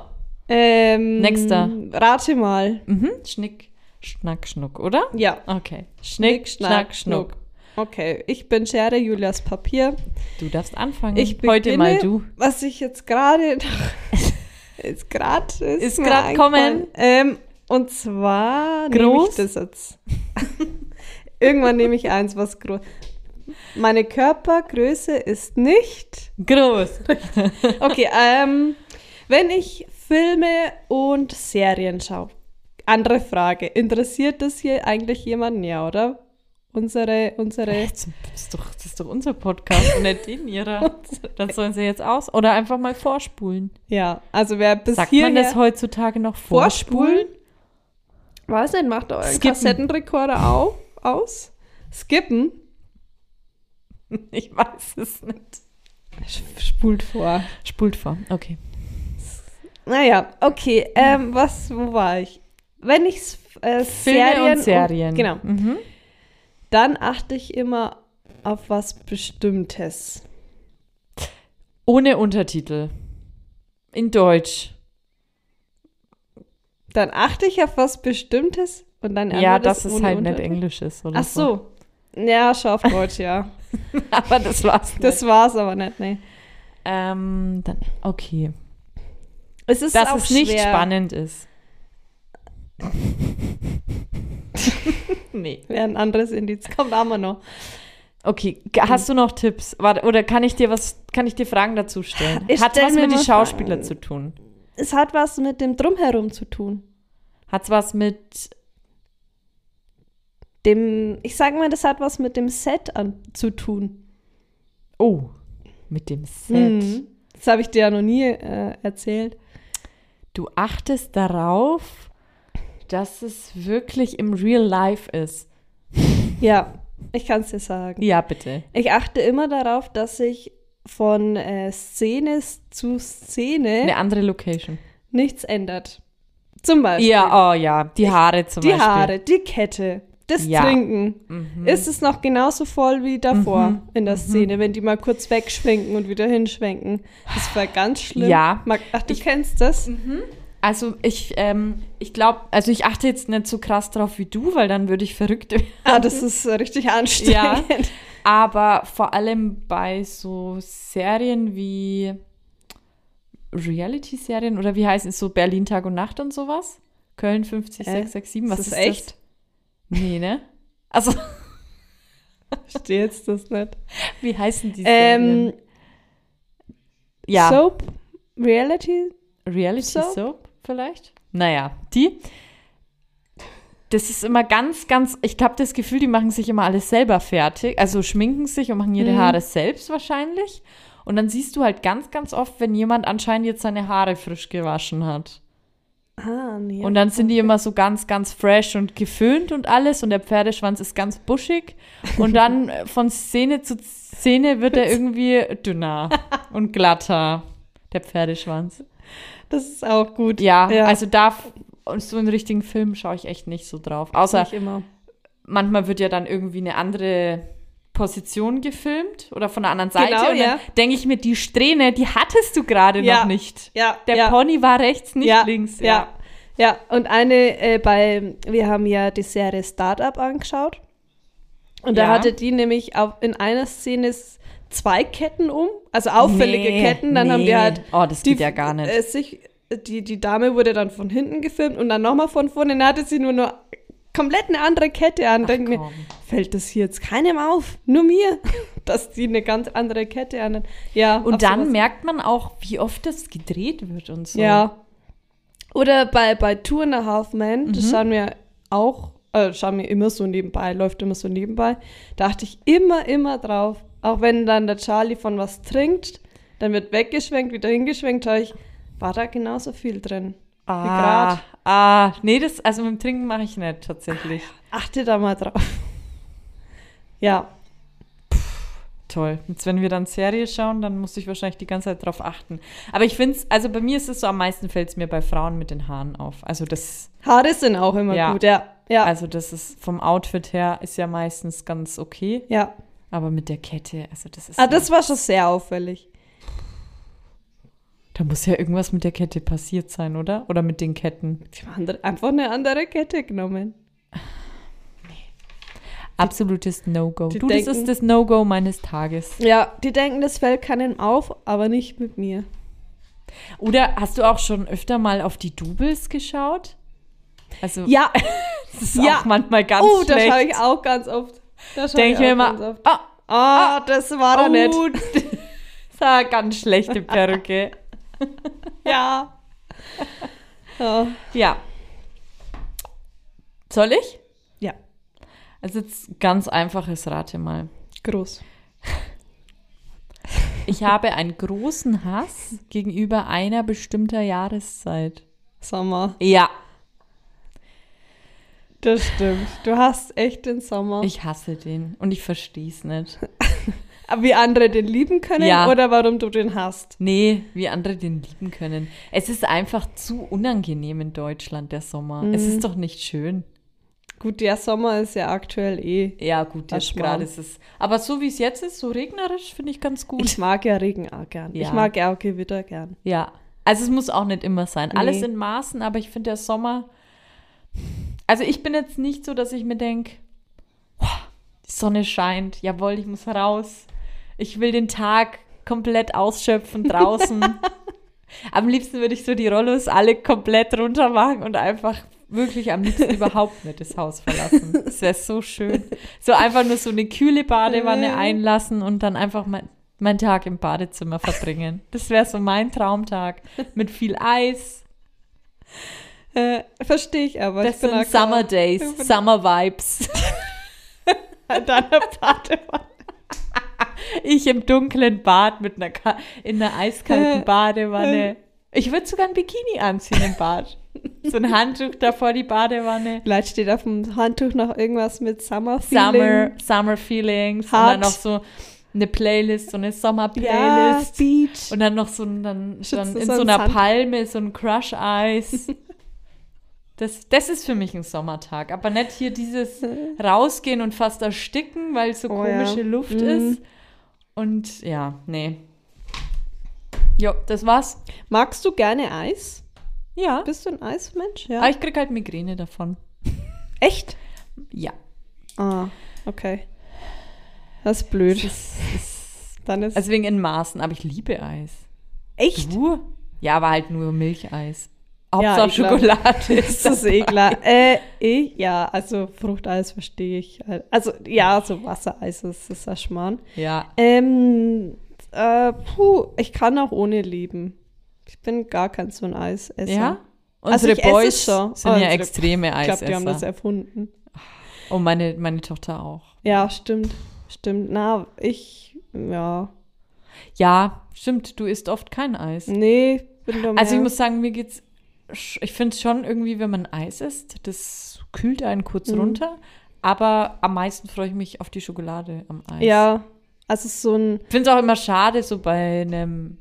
[SPEAKER 3] Ähm,
[SPEAKER 4] Nächster.
[SPEAKER 3] Rate mal.
[SPEAKER 4] mhm. Schnick, Schnack, Schnuck, oder?
[SPEAKER 3] Ja.
[SPEAKER 4] Okay. Schnick, Schnack, Schnuck.
[SPEAKER 3] Okay, ich bin Schere Julias Papier.
[SPEAKER 4] Du darfst anfangen.
[SPEAKER 3] Ich beginne,
[SPEAKER 4] Heute mal du.
[SPEAKER 3] Was ich jetzt gerade jetzt grad ist,
[SPEAKER 4] Ist
[SPEAKER 3] mir
[SPEAKER 4] grad
[SPEAKER 3] eingefallen.
[SPEAKER 4] kommen.
[SPEAKER 3] Ähm, und zwar nehme ich
[SPEAKER 4] Groß?
[SPEAKER 3] das jetzt. Irgendwann nehme ich eins, was groß. Meine Körpergröße ist nicht.
[SPEAKER 4] Groß.
[SPEAKER 3] Okay, ähm, wenn ich Filme und Serien schaue. Andere Frage. Interessiert das hier eigentlich jemanden? Ja, oder? Unsere, unsere.
[SPEAKER 4] Das ist, doch, das ist doch unser Podcast, und nicht den ihrer. Das sollen sie jetzt aus. Oder einfach mal vorspulen.
[SPEAKER 3] Ja, also wer bis
[SPEAKER 4] Sagt
[SPEAKER 3] hierher
[SPEAKER 4] man das heutzutage noch
[SPEAKER 3] vorspulen?
[SPEAKER 4] vorspulen?
[SPEAKER 3] Weiß nicht, macht euren
[SPEAKER 4] Skippen.
[SPEAKER 3] Kassettenrekorder auf, aus. Skippen.
[SPEAKER 4] Ich weiß es nicht.
[SPEAKER 3] Spult vor.
[SPEAKER 4] Spult vor. Okay.
[SPEAKER 3] Naja, okay. Ähm, was, wo war ich? Wenn ich äh,
[SPEAKER 4] Filme
[SPEAKER 3] Serien,
[SPEAKER 4] und Serien.
[SPEAKER 3] genau.
[SPEAKER 4] Mhm.
[SPEAKER 3] Dann achte ich immer auf was Bestimmtes.
[SPEAKER 4] Ohne Untertitel. In Deutsch.
[SPEAKER 3] Dann achte ich auf was Bestimmtes und dann
[SPEAKER 4] ja,
[SPEAKER 3] ändere
[SPEAKER 4] dass es
[SPEAKER 3] ohne
[SPEAKER 4] halt nicht
[SPEAKER 3] Untertitel.
[SPEAKER 4] Englisch ist. Oder
[SPEAKER 3] Ach so. Ja, schau auf Deutsch, ja.
[SPEAKER 4] so. Aber das war's. Nicht.
[SPEAKER 3] Das war's aber nicht, nee.
[SPEAKER 4] ähm, dann, okay.
[SPEAKER 3] Es ist
[SPEAKER 4] dass
[SPEAKER 3] auch
[SPEAKER 4] es nicht
[SPEAKER 3] schwer.
[SPEAKER 4] spannend ist. nee.
[SPEAKER 3] Wäre ein anderes Indiz. Kommt auch mal noch.
[SPEAKER 4] Okay, g- hast du noch Tipps? Warte, oder kann ich dir was, kann ich dir Fragen dazu stellen?
[SPEAKER 3] Ich
[SPEAKER 4] Hat
[SPEAKER 3] stell
[SPEAKER 4] was
[SPEAKER 3] mir
[SPEAKER 4] mit
[SPEAKER 3] mal
[SPEAKER 4] den Schauspielern
[SPEAKER 3] Fragen.
[SPEAKER 4] zu tun?
[SPEAKER 3] Es hat was mit dem Drumherum zu tun.
[SPEAKER 4] Hat's was mit
[SPEAKER 3] dem, ich sag mal, das hat was mit dem Set an, zu tun.
[SPEAKER 4] Oh, mit dem Set.
[SPEAKER 3] Mhm. Das habe ich dir ja noch nie äh, erzählt.
[SPEAKER 4] Du achtest darauf, dass es wirklich im Real Life ist.
[SPEAKER 3] Ja, ich kann es dir sagen.
[SPEAKER 4] Ja, bitte.
[SPEAKER 3] Ich achte immer darauf, dass ich von äh, Szene s- zu Szene
[SPEAKER 4] Eine andere Location.
[SPEAKER 3] nichts ändert. Zum Beispiel
[SPEAKER 4] Ja, oh ja, die Haare zum
[SPEAKER 3] die
[SPEAKER 4] Beispiel.
[SPEAKER 3] Haare, die Kette, das
[SPEAKER 4] Ja.
[SPEAKER 3] Trinken.
[SPEAKER 4] Mhm.
[SPEAKER 3] Ist es noch genauso voll wie davor
[SPEAKER 4] Mhm.
[SPEAKER 3] in der Szene, wenn die mal kurz wegschwenken und wieder hinschwenken? Das war ganz schlimm.
[SPEAKER 4] Ja.
[SPEAKER 3] Mag- Ach, du kennst das?
[SPEAKER 4] Also ich, ähm, ich glaube, also ich achte jetzt nicht so krass drauf wie du, weil dann würde ich verrückt werden.
[SPEAKER 3] Ah, das ist äh, richtig anstrengend.
[SPEAKER 4] Aber vor allem bei so Serien wie Reality-Serien oder wie heißen es so Berlin Tag und Nacht und sowas? Köln 50,
[SPEAKER 3] Äh,
[SPEAKER 4] 667, was
[SPEAKER 3] ist
[SPEAKER 4] ist,
[SPEAKER 3] das echt?
[SPEAKER 4] Das? Nee, ne? Also,
[SPEAKER 3] Verstehe jetzt das nicht.
[SPEAKER 4] wie heißen die
[SPEAKER 3] Ähm,
[SPEAKER 4] Serien? ja,
[SPEAKER 3] Soap, Reality?
[SPEAKER 4] Reality
[SPEAKER 3] Soap?
[SPEAKER 4] Soap? vielleicht? Naja, die. Das ist immer ganz, ganz, ich habe das Gefühl, die machen sich immer alles selber fertig, also schminken sich und machen ihre
[SPEAKER 3] Mhm.
[SPEAKER 4] Haare selbst wahrscheinlich. Und dann siehst du halt ganz, ganz oft, wenn jemand anscheinend jetzt seine Haare frisch gewaschen hat.
[SPEAKER 3] Ah, nee.
[SPEAKER 4] Und dann sind die immer so ganz, ganz fresh und geföhnt und alles und der Pferdeschwanz ist ganz buschig. Und dann äh, von Szene zu Szene wird er irgendwie dünner und glatter, der Pferdeschwanz.
[SPEAKER 3] das ist auch gut.
[SPEAKER 4] Ja,
[SPEAKER 3] Ja.
[SPEAKER 4] also da f- und so einen richtigen Film schaue ich echt nicht so drauf. Außer
[SPEAKER 3] Nicht immer.
[SPEAKER 4] manchmal wird ja dann irgendwie eine andere Position gefilmt oder von der anderen Seite.
[SPEAKER 3] Genau,
[SPEAKER 4] und
[SPEAKER 3] ja.
[SPEAKER 4] dann denke ich mir, die Strähne, die hattest du gerade
[SPEAKER 3] Ja.
[SPEAKER 4] noch nicht.
[SPEAKER 3] Ja,
[SPEAKER 4] Der
[SPEAKER 3] ja,
[SPEAKER 4] Pony war rechts, nicht
[SPEAKER 3] ja,
[SPEAKER 4] links.
[SPEAKER 3] Ja. ja. und eine äh, bei, wir haben ja die Serie Startup angeschaut. Und da
[SPEAKER 4] Ja.
[SPEAKER 3] hatte die nämlich auf, in einer Szene s- zwei Ketten um, also auffällige
[SPEAKER 4] Nee,
[SPEAKER 3] Ketten. Dann haben
[SPEAKER 4] nee.
[SPEAKER 3] wir halt
[SPEAKER 4] Oh, das
[SPEAKER 3] die,
[SPEAKER 4] geht ja gar nicht.
[SPEAKER 3] Äh, sich, die, die Dame wurde dann von hinten gefilmt und dann nochmal von vorne. Dann hatte sie nur noch komplett eine andere Kette an. Denk mir,
[SPEAKER 4] komm.
[SPEAKER 3] fällt das hier jetzt keinem auf, nur mir, dass die eine ganz andere Kette an. Ja, auf
[SPEAKER 4] Und dann
[SPEAKER 3] sowas-
[SPEAKER 4] merkt man auch, wie oft das gedreht wird und so.
[SPEAKER 3] Ja. Oder bei, bei Two and a Half Men, das schauen wir auch, äh, schauen wir immer so nebenbei, läuft immer so nebenbei. Da achte ich immer, immer drauf. Auch wenn dann der Charlie von was trinkt, dann wird weggeschwenkt, wieder hingeschwenkt, schaue ich, war da genauso viel drin. Wie
[SPEAKER 4] Ah,
[SPEAKER 3] grad.
[SPEAKER 4] ah, nee, das, also mit dem Trinken mache ich nicht tatsächlich.
[SPEAKER 3] Achte da mal drauf. Ja,
[SPEAKER 4] Toll. Jetzt, wenn wir dann Serie schauen, dann muss ich wahrscheinlich die ganze Zeit drauf achten. Aber ich finde es, also bei mir ist es so, am meisten fällt es mir bei Frauen mit den Haaren auf. Also das,
[SPEAKER 3] Haare sind auch immer
[SPEAKER 4] Ja.
[SPEAKER 3] gut, ja. Ja.
[SPEAKER 4] Also das ist vom Outfit her ist ja meistens ganz okay,
[SPEAKER 3] ja.
[SPEAKER 4] aber mit der Kette, also das ist
[SPEAKER 3] Ah, das war schon sehr auffällig.
[SPEAKER 4] Da muss ja irgendwas mit der Kette passiert sein, oder? Oder mit den Ketten.
[SPEAKER 3] Die haben andere- einfach eine andere Kette genommen.
[SPEAKER 4] Absolutes No-Go.
[SPEAKER 3] die
[SPEAKER 4] Du, das
[SPEAKER 3] denken-
[SPEAKER 4] ist das No-Go meines Tages.
[SPEAKER 3] Ja, die denken, das fällt keinem auf, aber nicht mit mir.
[SPEAKER 4] Oder hast du auch schon öfter mal auf die Doubles geschaut? Also,
[SPEAKER 3] Ja,
[SPEAKER 4] das ist
[SPEAKER 3] ja.
[SPEAKER 4] auch manchmal ganz
[SPEAKER 3] oh, da schaue
[SPEAKER 4] schlecht.
[SPEAKER 3] ich auch ganz oft. Da schaue
[SPEAKER 4] Denke ich mir
[SPEAKER 3] auch
[SPEAKER 4] immer,
[SPEAKER 3] ganz oft.
[SPEAKER 4] ah,
[SPEAKER 3] Ah, das war
[SPEAKER 4] oh,
[SPEAKER 3] er nicht.
[SPEAKER 4] das ist eine ganz schlechte Perücke.
[SPEAKER 3] Ja. Ah. ja.
[SPEAKER 4] ja. Soll ich?
[SPEAKER 3] Ja.
[SPEAKER 4] Also jetzt ganz einfaches Rate mal.
[SPEAKER 3] Groß.
[SPEAKER 4] Ich habe einen großen Hass gegenüber einer bestimmter Jahreszeit.
[SPEAKER 3] Sommer.
[SPEAKER 4] Ja.
[SPEAKER 3] Das stimmt. Du hast echt den Sommer.
[SPEAKER 4] Ich hasse den und ich verstehe es nicht.
[SPEAKER 3] Wie andere den lieben können
[SPEAKER 4] Ja.
[SPEAKER 3] oder warum du den hast.
[SPEAKER 4] Nee, wie andere den lieben können. Es ist einfach zu unangenehm in Deutschland, der Sommer. Es ist doch nicht schön.
[SPEAKER 3] Gut, der Sommer ist ja aktuell eh.
[SPEAKER 4] Ja, gut,
[SPEAKER 3] Das
[SPEAKER 4] jetzt
[SPEAKER 3] schmarrn.
[SPEAKER 4] gerade ist es. Aber so wie es jetzt ist, so regnerisch, finde ich ganz gut.
[SPEAKER 3] Ich mag ja Regen auch gern.
[SPEAKER 4] Ja.
[SPEAKER 3] Ich mag ja auch Gewitter gern.
[SPEAKER 4] Ja. Also es muss auch nicht immer sein. Alles
[SPEAKER 3] Nee.
[SPEAKER 4] in Maßen, aber ich finde der Sommer. Also ich bin jetzt nicht so, dass ich mir denke, die Sonne scheint, jawohl, ich muss raus. Ich will den Tag komplett ausschöpfen draußen. am liebsten würde ich so die Rollos alle komplett runter machen und einfach wirklich am liebsten überhaupt nicht das Haus verlassen. Das wäre so schön. So einfach nur so eine kühle Badewanne einlassen und dann einfach mein, meinen Tag im Badezimmer verbringen. Das wäre so mein Traumtag. Mit viel Eis.
[SPEAKER 3] Äh, Verstehe ich aber.
[SPEAKER 4] Das
[SPEAKER 3] ich bin
[SPEAKER 4] sind
[SPEAKER 3] auch
[SPEAKER 4] Summer
[SPEAKER 3] grad
[SPEAKER 4] Days,
[SPEAKER 3] Ich bin-
[SPEAKER 4] Summer Vibes.
[SPEAKER 3] an deiner Badewanne.
[SPEAKER 4] Ich im dunklen Bad mit einer Ka in einer
[SPEAKER 3] Äh,
[SPEAKER 4] eiskalten Badewanne. Ich würde sogar ein Bikini anziehen im Bad. So ein Handtuch davor die Badewanne.
[SPEAKER 3] Vielleicht steht auf dem Handtuch noch irgendwas mit Summer
[SPEAKER 4] Summer,
[SPEAKER 3] Feeling.
[SPEAKER 4] Summer Feelings.
[SPEAKER 3] Hot.
[SPEAKER 4] Und dann noch so eine Playlist, so eine
[SPEAKER 3] Ja,
[SPEAKER 4] Sommer-Playlist.
[SPEAKER 3] Beach.
[SPEAKER 4] und dann noch so ein, dann, dann
[SPEAKER 3] Schützt
[SPEAKER 4] in
[SPEAKER 3] so
[SPEAKER 4] so
[SPEAKER 3] einen
[SPEAKER 4] einer
[SPEAKER 3] Sand.
[SPEAKER 4] Palme, so ein Crush-Eis. Das, das ist für mich ein Sommertag. Aber nicht hier dieses Rausgehen und fast ersticken, weil so
[SPEAKER 3] Oh ja.
[SPEAKER 4] komische Luft
[SPEAKER 3] Mhm.
[SPEAKER 4] ist. Und ja, nee. Jo, das war's.
[SPEAKER 3] Magst du gerne Eis?
[SPEAKER 4] Ja.
[SPEAKER 3] Bist du ein Eismensch? Ja.
[SPEAKER 4] Aber ich krieg halt Migräne davon.
[SPEAKER 3] Echt?
[SPEAKER 4] Ja.
[SPEAKER 3] Ah, okay. Das ist blöd.
[SPEAKER 4] Das ist,
[SPEAKER 3] Dann ist
[SPEAKER 4] also wegen in Maßen, aber ich liebe Eis.
[SPEAKER 3] echt.
[SPEAKER 4] Du? Ja, aber halt nur Milcheis.
[SPEAKER 3] Ja,
[SPEAKER 4] Hauptsache
[SPEAKER 3] ich glaub-
[SPEAKER 4] Schokolade
[SPEAKER 3] Das
[SPEAKER 4] ist
[SPEAKER 3] ist eh klar. Äh, eh, ja, also Fruchteis verstehe ich. halt. Also ja, so Wassereis ist, ist ein Schmarrn.
[SPEAKER 4] Ja.
[SPEAKER 3] Ähm, äh, puh, ich kann auch ohne leben. Ich bin gar kein so ein Eisesser.
[SPEAKER 4] Ja?
[SPEAKER 3] Also
[SPEAKER 4] Unsere
[SPEAKER 3] ich esse
[SPEAKER 4] Boys
[SPEAKER 3] schon.
[SPEAKER 4] sind ja
[SPEAKER 3] Unsere-
[SPEAKER 4] extreme
[SPEAKER 3] Ich
[SPEAKER 4] Eisesser.
[SPEAKER 3] glaube, die haben das erfunden.
[SPEAKER 4] Und meine, meine Tochter auch.
[SPEAKER 3] Ja, stimmt. Stimmt. Na, ich, ja.
[SPEAKER 4] Ja, stimmt, du isst oft kein Eis.
[SPEAKER 3] Nee, bin da
[SPEAKER 4] Also ich
[SPEAKER 3] mehr-
[SPEAKER 4] muss sagen, mir geht's. sch- Ich finde es schon irgendwie, wenn man Eis isst, das kühlt einen kurz
[SPEAKER 3] Mhm.
[SPEAKER 4] runter. Aber am meisten freue ich mich auf die Schokolade am Eis.
[SPEAKER 3] Ja, also so ein.
[SPEAKER 4] Ich finde es auch immer schade, so bei einem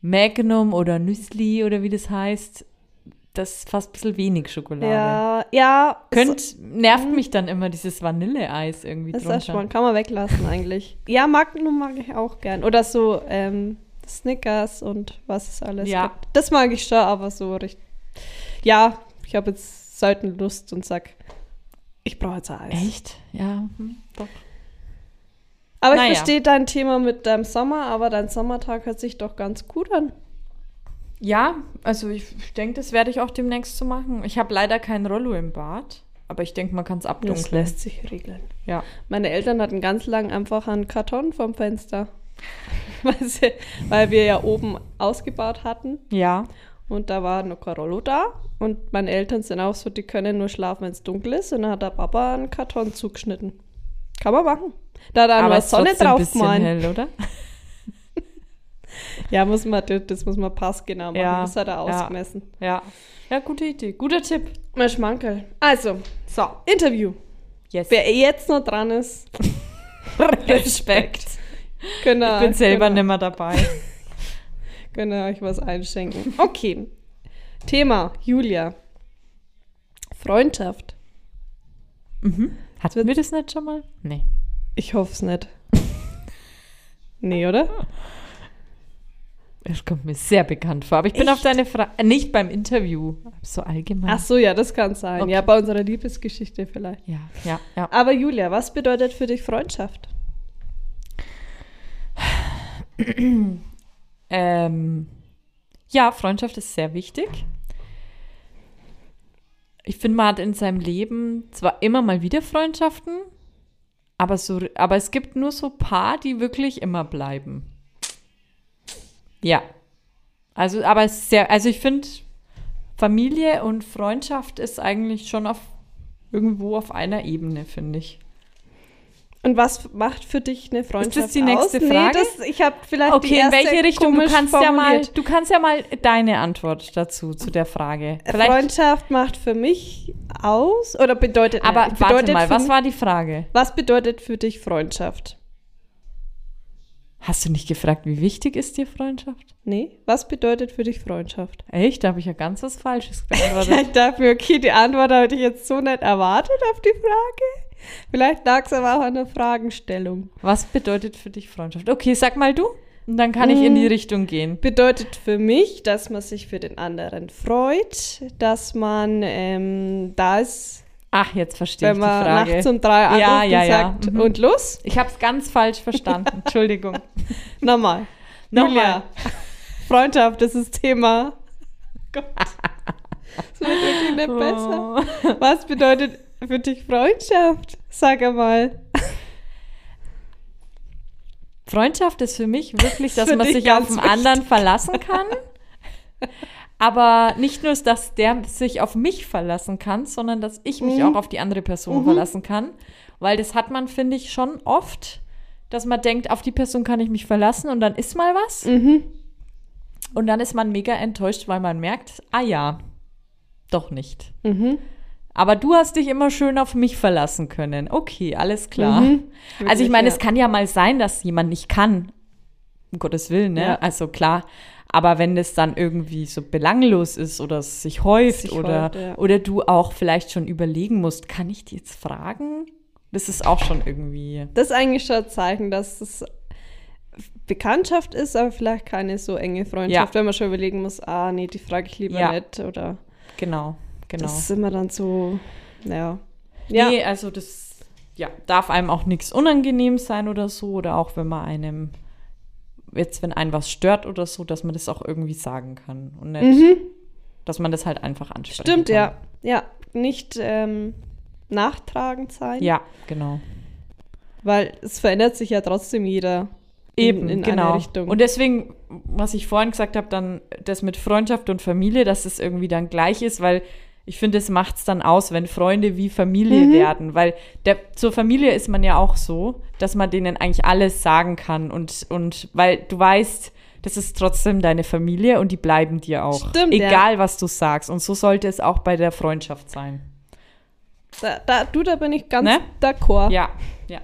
[SPEAKER 4] Magnum oder Nüsli oder wie das heißt, das ist fast ein bisschen wenig Schokolade.
[SPEAKER 3] Ja, ja.
[SPEAKER 4] Könnt, nervt mich dann immer dieses Vanilleeis irgendwie
[SPEAKER 3] Das ist
[SPEAKER 4] drunter.
[SPEAKER 3] das schon, kann man weglassen eigentlich. Ja, Magnum mag ich auch gern. Oder so ähm, Snickers und was es alles
[SPEAKER 4] Ja.
[SPEAKER 3] gibt. Das mag ich schon, aber so richtig. Ja, ich habe jetzt selten Lust und sag, ich brauche jetzt Eis.
[SPEAKER 4] Echt? Ja, hm, doch.
[SPEAKER 3] Aber ich
[SPEAKER 4] Naja.
[SPEAKER 3] verstehe dein Thema mit deinem Sommer, aber dein Sommertag hört sich doch ganz gut an.
[SPEAKER 4] Ja, also ich denke, das werde ich auch demnächst so machen. Ich habe leider kein Rollo im Bad, aber ich denke, man kann es abdunkeln.
[SPEAKER 3] Das lässt sich regeln.
[SPEAKER 4] Ja.
[SPEAKER 3] Meine Eltern hatten ganz lang einfach einen Karton vom Fenster. weil, sie, weil wir ja oben ausgebaut hatten.
[SPEAKER 4] Ja.
[SPEAKER 3] Und da war noch Carollo da. Und meine Eltern sind auch so, die können nur schlafen, wenn es dunkel ist. Und dann hat der Papa einen Karton zugeschnitten. Kann man machen. Da hat er
[SPEAKER 4] Aber
[SPEAKER 3] nur
[SPEAKER 4] es ist
[SPEAKER 3] Sonne
[SPEAKER 4] trotzdem ein
[SPEAKER 3] drauf
[SPEAKER 4] bisschen
[SPEAKER 3] gemalt.
[SPEAKER 4] hell, oder?
[SPEAKER 3] Ja, muss man, das das muss man passgenau machen.
[SPEAKER 4] Ja,
[SPEAKER 3] Das hat er
[SPEAKER 4] ja.
[SPEAKER 3] ausgemessen.
[SPEAKER 4] Ja. Ja, gute Idee. Guter Tipp.
[SPEAKER 3] Mein Schmankerl. Also,
[SPEAKER 4] So.
[SPEAKER 3] Interview.
[SPEAKER 4] Yes.
[SPEAKER 3] Wer jetzt noch dran ist,
[SPEAKER 4] Respekt.
[SPEAKER 3] können
[SPEAKER 4] Ich bin selber
[SPEAKER 3] können,
[SPEAKER 4] nicht mehr dabei.
[SPEAKER 3] können euch was einschenken. Okay. Thema, Julia. Freundschaft.
[SPEAKER 4] Mhm. Hatten wir das nicht schon mal? Nee.
[SPEAKER 3] Ich hoffe es nicht. nee, oder?
[SPEAKER 4] Ah. Es kommt mir sehr bekannt vor. Aber ich bin auf deine Frage. Nicht beim Interview. So allgemein.
[SPEAKER 3] Ach so, ja, das kann sein.
[SPEAKER 4] Okay.
[SPEAKER 3] Ja, bei unserer Liebesgeschichte vielleicht.
[SPEAKER 4] Ja, ja, ja.
[SPEAKER 3] Aber Julia, was bedeutet für dich Freundschaft?
[SPEAKER 4] Ähm, ja, Freundschaft ist sehr wichtig. Ich finde, man hat in seinem Leben zwar immer mal wieder Freundschaften, aber, so, aber es gibt nur so paar, die wirklich immer bleiben. Ja. Also, aber es ist sehr, also ich finde, Familie und Freundschaft ist eigentlich schon auf irgendwo auf einer Ebene, finde ich.
[SPEAKER 3] Und was macht für dich eine Freundschaft
[SPEAKER 4] die nächste
[SPEAKER 3] aus? Nee,
[SPEAKER 4] Frage?
[SPEAKER 3] das, ich habe vielleicht die
[SPEAKER 4] Okay, in
[SPEAKER 3] erste
[SPEAKER 4] welche Richtung? Du
[SPEAKER 3] komisch
[SPEAKER 4] kannst ja mal,
[SPEAKER 3] formuliert.
[SPEAKER 4] du kannst ja mal deine Antwort dazu zu der Frage. Vielleicht,
[SPEAKER 3] Freundschaft macht für mich aus oder bedeutet äh,
[SPEAKER 4] aber
[SPEAKER 3] bedeutet
[SPEAKER 4] warte mal,
[SPEAKER 3] für
[SPEAKER 4] was
[SPEAKER 3] mich-
[SPEAKER 4] war die Frage?
[SPEAKER 3] was bedeutet für dich Freundschaft?
[SPEAKER 4] Hast du nicht gefragt, wie wichtig ist dir Freundschaft?
[SPEAKER 3] Nee, was bedeutet für dich Freundschaft?
[SPEAKER 4] Echt? Da habe ich ja ganz was Falsches
[SPEAKER 3] Ja,
[SPEAKER 4] beantwortet.
[SPEAKER 3] ich dachte mir, okay, die Antwort hatte ich jetzt so nicht erwartet auf die Frage. Vielleicht lag es aber auch an der Fragenstellung.
[SPEAKER 4] was bedeutet für dich Freundschaft? Okay, sag mal du. Und dann kann ich in
[SPEAKER 3] Mm.
[SPEAKER 4] die Richtung gehen.
[SPEAKER 3] Bedeutet für mich, dass man sich für den anderen freut, dass man ähm, da ist,
[SPEAKER 4] Ach, jetzt verstehe ich
[SPEAKER 3] wenn
[SPEAKER 4] die
[SPEAKER 3] man nachts
[SPEAKER 4] Frage.
[SPEAKER 3] um drei anruft
[SPEAKER 4] Ja, ja,
[SPEAKER 3] und
[SPEAKER 4] ja.
[SPEAKER 3] sagt,
[SPEAKER 4] Mhm.
[SPEAKER 3] und los,
[SPEAKER 4] Ich habe es ganz falsch verstanden. Entschuldigung.
[SPEAKER 3] nochmal.
[SPEAKER 4] Nochmal.
[SPEAKER 3] Julia, Freundschaft, das ist Thema. Gott. Das wird wirklich nicht besser.
[SPEAKER 4] Oh.
[SPEAKER 3] Was bedeutet für dich Freundschaft? Sag einmal.
[SPEAKER 4] Freundschaft ist für mich wirklich, dass
[SPEAKER 3] Für
[SPEAKER 4] man
[SPEAKER 3] dich
[SPEAKER 4] sich auf
[SPEAKER 3] ganz
[SPEAKER 4] den anderen verlassen kann. Aber nicht nur, dass der sich auf mich verlassen kann, sondern dass ich
[SPEAKER 3] Mhm.
[SPEAKER 4] mich auch auf die andere Person verlassen kann. Weil das hat man, finde ich, schon oft, dass man denkt, auf die Person kann ich mich verlassen und dann ist mal was.
[SPEAKER 3] Mhm.
[SPEAKER 4] Und dann ist man mega enttäuscht, weil man merkt, ah ja, doch nicht.
[SPEAKER 3] Mhm.
[SPEAKER 4] Aber du hast dich immer schön auf mich verlassen können. Okay, alles klar. also ich
[SPEAKER 3] Mhm. Wirklich,
[SPEAKER 4] meine,
[SPEAKER 3] ja.
[SPEAKER 4] es kann ja mal sein, dass jemand nicht kann. Um Gottes Willen, ne?
[SPEAKER 3] Ja.
[SPEAKER 4] Also klar. Aber wenn das dann irgendwie so belanglos ist oder es sich häuft
[SPEAKER 3] Sich
[SPEAKER 4] oder,
[SPEAKER 3] häuft, ja.
[SPEAKER 4] oder du auch vielleicht schon überlegen musst, kann ich die jetzt fragen? Das ist auch schon irgendwie.
[SPEAKER 3] Das ist eigentlich schon ein Zeichen, dass es Bekanntschaft ist, aber vielleicht keine so enge Freundschaft,
[SPEAKER 4] Ja.
[SPEAKER 3] wenn man schon überlegen muss, ah nee, die frage ich lieber
[SPEAKER 4] Ja.
[SPEAKER 3] nicht. Oder
[SPEAKER 4] Genau, genau.
[SPEAKER 3] das ist immer dann so, naja. Ja,
[SPEAKER 4] Nee, also das ja, darf einem auch nichts unangenehm sein oder so. Oder auch wenn man einem, jetzt wenn einen was stört oder so, dass man das auch irgendwie sagen kann. Und nicht, dass man das halt einfach anspricht.
[SPEAKER 3] Mhm. stimmt,
[SPEAKER 4] kann.
[SPEAKER 3] ja. Ja, nicht ähm, nachtragend sein,
[SPEAKER 4] Ja, genau.
[SPEAKER 3] weil es verändert sich ja trotzdem jeder. in-
[SPEAKER 4] Eben,
[SPEAKER 3] in
[SPEAKER 4] genau.
[SPEAKER 3] eine Richtung.
[SPEAKER 4] Und deswegen, was ich vorhin gesagt habe, dann das mit Freundschaft und Familie, dass es irgendwie dann gleich ist, weil ich finde, es macht es dann aus, wenn Freunde wie
[SPEAKER 3] Mhm.
[SPEAKER 4] Familie werden, weil der, zur Familie ist man ja auch so, dass man denen eigentlich alles sagen kann und, und weil du weißt, das ist trotzdem deine Familie und die bleiben dir auch.
[SPEAKER 3] Stimmt, ja.
[SPEAKER 4] Egal, was du sagst. Und so sollte es auch bei der Freundschaft sein.
[SPEAKER 3] Da, da, du, da bin ich ganz
[SPEAKER 4] Ne?
[SPEAKER 3] d'accord.
[SPEAKER 4] Ja, ja.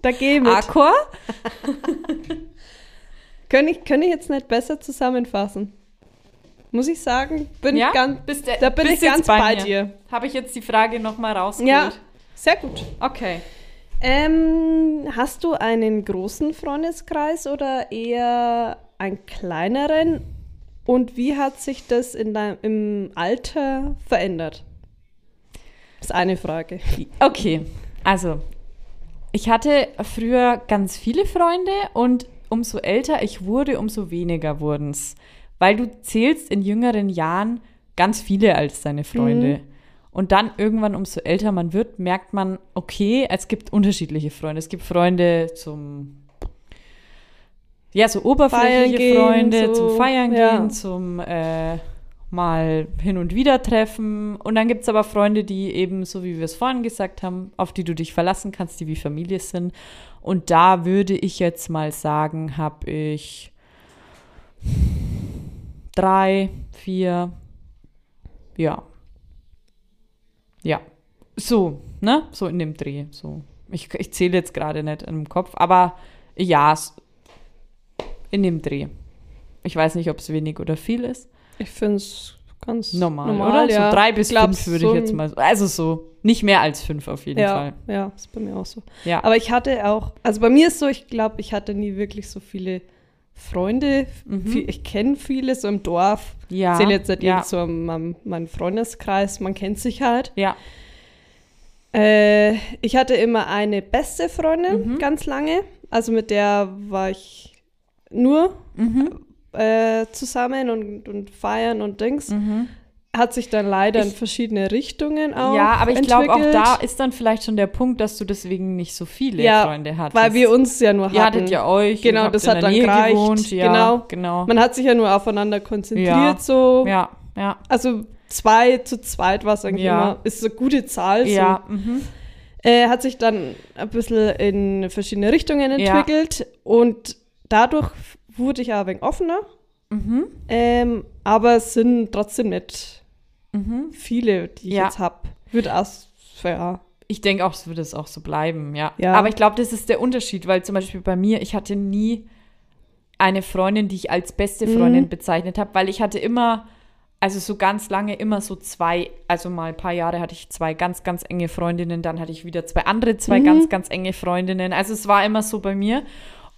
[SPEAKER 3] Da geh ich mit.
[SPEAKER 4] Akor?
[SPEAKER 3] Könnte ich, könnte ich jetzt nicht besser zusammenfassen. Muss ich sagen, bin
[SPEAKER 4] Ja?
[SPEAKER 3] ich ganz,
[SPEAKER 4] Bist du-
[SPEAKER 3] da bin
[SPEAKER 4] bist
[SPEAKER 3] ich
[SPEAKER 4] jetzt
[SPEAKER 3] ganz
[SPEAKER 4] bei
[SPEAKER 3] bei
[SPEAKER 4] mir.
[SPEAKER 3] dir.
[SPEAKER 4] Habe ich jetzt die Frage nochmal rausgeholt?
[SPEAKER 3] Ja, sehr gut.
[SPEAKER 4] Okay.
[SPEAKER 3] Ähm, hast du einen großen Freundeskreis oder eher einen kleineren? Und wie hat sich das in deinem, im Alter verändert? Das ist eine Frage.
[SPEAKER 4] Okay, also ich hatte früher ganz viele Freunde und umso älter ich wurde, umso weniger wurden es. Weil du zählst in jüngeren Jahren ganz viele als deine Freunde. Und dann irgendwann, umso älter man wird, merkt man, okay, es gibt unterschiedliche Freunde. Es gibt Freunde zum, ja, so oberflächliche
[SPEAKER 3] Feiern gehen,
[SPEAKER 4] Freunde,
[SPEAKER 3] so,
[SPEAKER 4] zum Feiern
[SPEAKER 3] ja.
[SPEAKER 4] gehen, zum äh, mal hin und wieder treffen. Und dann gibt es aber Freunde, die eben, so wie wir es vorhin gesagt haben, auf die du dich verlassen kannst, die wie Familie sind. Und da würde ich jetzt mal sagen, habe ich drei, vier, ja. Ja. So, ne? So in dem Dreh. So. Ich, ich zähle jetzt gerade nicht im Kopf, aber ja, s- in dem Dreh. Ich weiß nicht, ob es wenig oder viel ist.
[SPEAKER 3] Ich finde es Ganz
[SPEAKER 4] Normal, oder?
[SPEAKER 3] ja.
[SPEAKER 4] So drei bis
[SPEAKER 3] Glaub,
[SPEAKER 4] fünf würde
[SPEAKER 3] so
[SPEAKER 4] ich jetzt
[SPEAKER 3] ein-
[SPEAKER 4] mal. Also so. Nicht mehr als fünf auf jeden
[SPEAKER 3] ja,
[SPEAKER 4] Fall.
[SPEAKER 3] Ja, ist bei mir auch so.
[SPEAKER 4] Ja.
[SPEAKER 3] Aber ich hatte auch, also bei mir ist so, ich glaube, ich hatte nie wirklich so viele Freunde.
[SPEAKER 4] Mhm.
[SPEAKER 3] Viel, ich kenne viele so im Dorf.
[SPEAKER 4] ja.
[SPEAKER 3] Zähle jetzt nicht
[SPEAKER 4] ja.
[SPEAKER 3] eben so meinem mein Freundeskreis, man kennt sich halt.
[SPEAKER 4] Ja.
[SPEAKER 3] Äh, ich hatte immer eine beste
[SPEAKER 4] Mhm.
[SPEAKER 3] Freundin, ganz lange. Also mit der war ich nur
[SPEAKER 4] Mhm.
[SPEAKER 3] äh, zusammen und, und feiern und Dings.
[SPEAKER 4] Mhm.
[SPEAKER 3] Hat sich dann leider in
[SPEAKER 4] Ich-
[SPEAKER 3] verschiedene Richtungen auch
[SPEAKER 4] Ja, aber ich glaube, auch
[SPEAKER 3] entwickelt.
[SPEAKER 4] da ist dann vielleicht schon der Punkt, dass du deswegen nicht so viele
[SPEAKER 3] Ja,
[SPEAKER 4] Freunde hattest.
[SPEAKER 3] Weil wir uns ja nur hatten.
[SPEAKER 4] Ihr hattet ja euch.
[SPEAKER 3] Genau,
[SPEAKER 4] ihr habt
[SPEAKER 3] das
[SPEAKER 4] in
[SPEAKER 3] hat
[SPEAKER 4] der
[SPEAKER 3] dann
[SPEAKER 4] Nähe
[SPEAKER 3] gereicht.
[SPEAKER 4] gewohnt. Ja,
[SPEAKER 3] Genau.
[SPEAKER 4] genau.
[SPEAKER 3] Man hat sich ja nur aufeinander konzentriert,
[SPEAKER 4] Ja.
[SPEAKER 3] so.
[SPEAKER 4] Ja, ja,
[SPEAKER 3] Also zwei zu zweit war es eigentlich
[SPEAKER 4] Ja.
[SPEAKER 3] immer. Ist eine gute Zahl. So.
[SPEAKER 4] ja. Mhm.
[SPEAKER 3] Äh, hat sich dann ein bisschen in verschiedene Richtungen
[SPEAKER 4] Ja.
[SPEAKER 3] entwickelt und dadurch wurde ich auch ein wenig offener.
[SPEAKER 4] Mhm.
[SPEAKER 3] Ähm, aber es sind trotzdem nicht
[SPEAKER 4] Mhm.
[SPEAKER 3] viele, die ich
[SPEAKER 4] Ja.
[SPEAKER 3] jetzt habe. Wird auch, s- ja.
[SPEAKER 4] Ich denke auch, es wird es auch so bleiben, ja.
[SPEAKER 3] Ja.
[SPEAKER 4] Aber ich glaube, das ist der Unterschied, weil zum Beispiel bei mir, ich hatte nie eine Freundin, die ich als beste Freundin
[SPEAKER 3] Mhm.
[SPEAKER 4] bezeichnet habe, weil ich hatte immer, also so ganz lange immer so zwei, also mal ein paar Jahre hatte ich zwei ganz, ganz enge Freundinnen, dann hatte ich wieder zwei andere, zwei
[SPEAKER 3] Mhm.
[SPEAKER 4] ganz, ganz enge Freundinnen. Also es war immer so bei mir.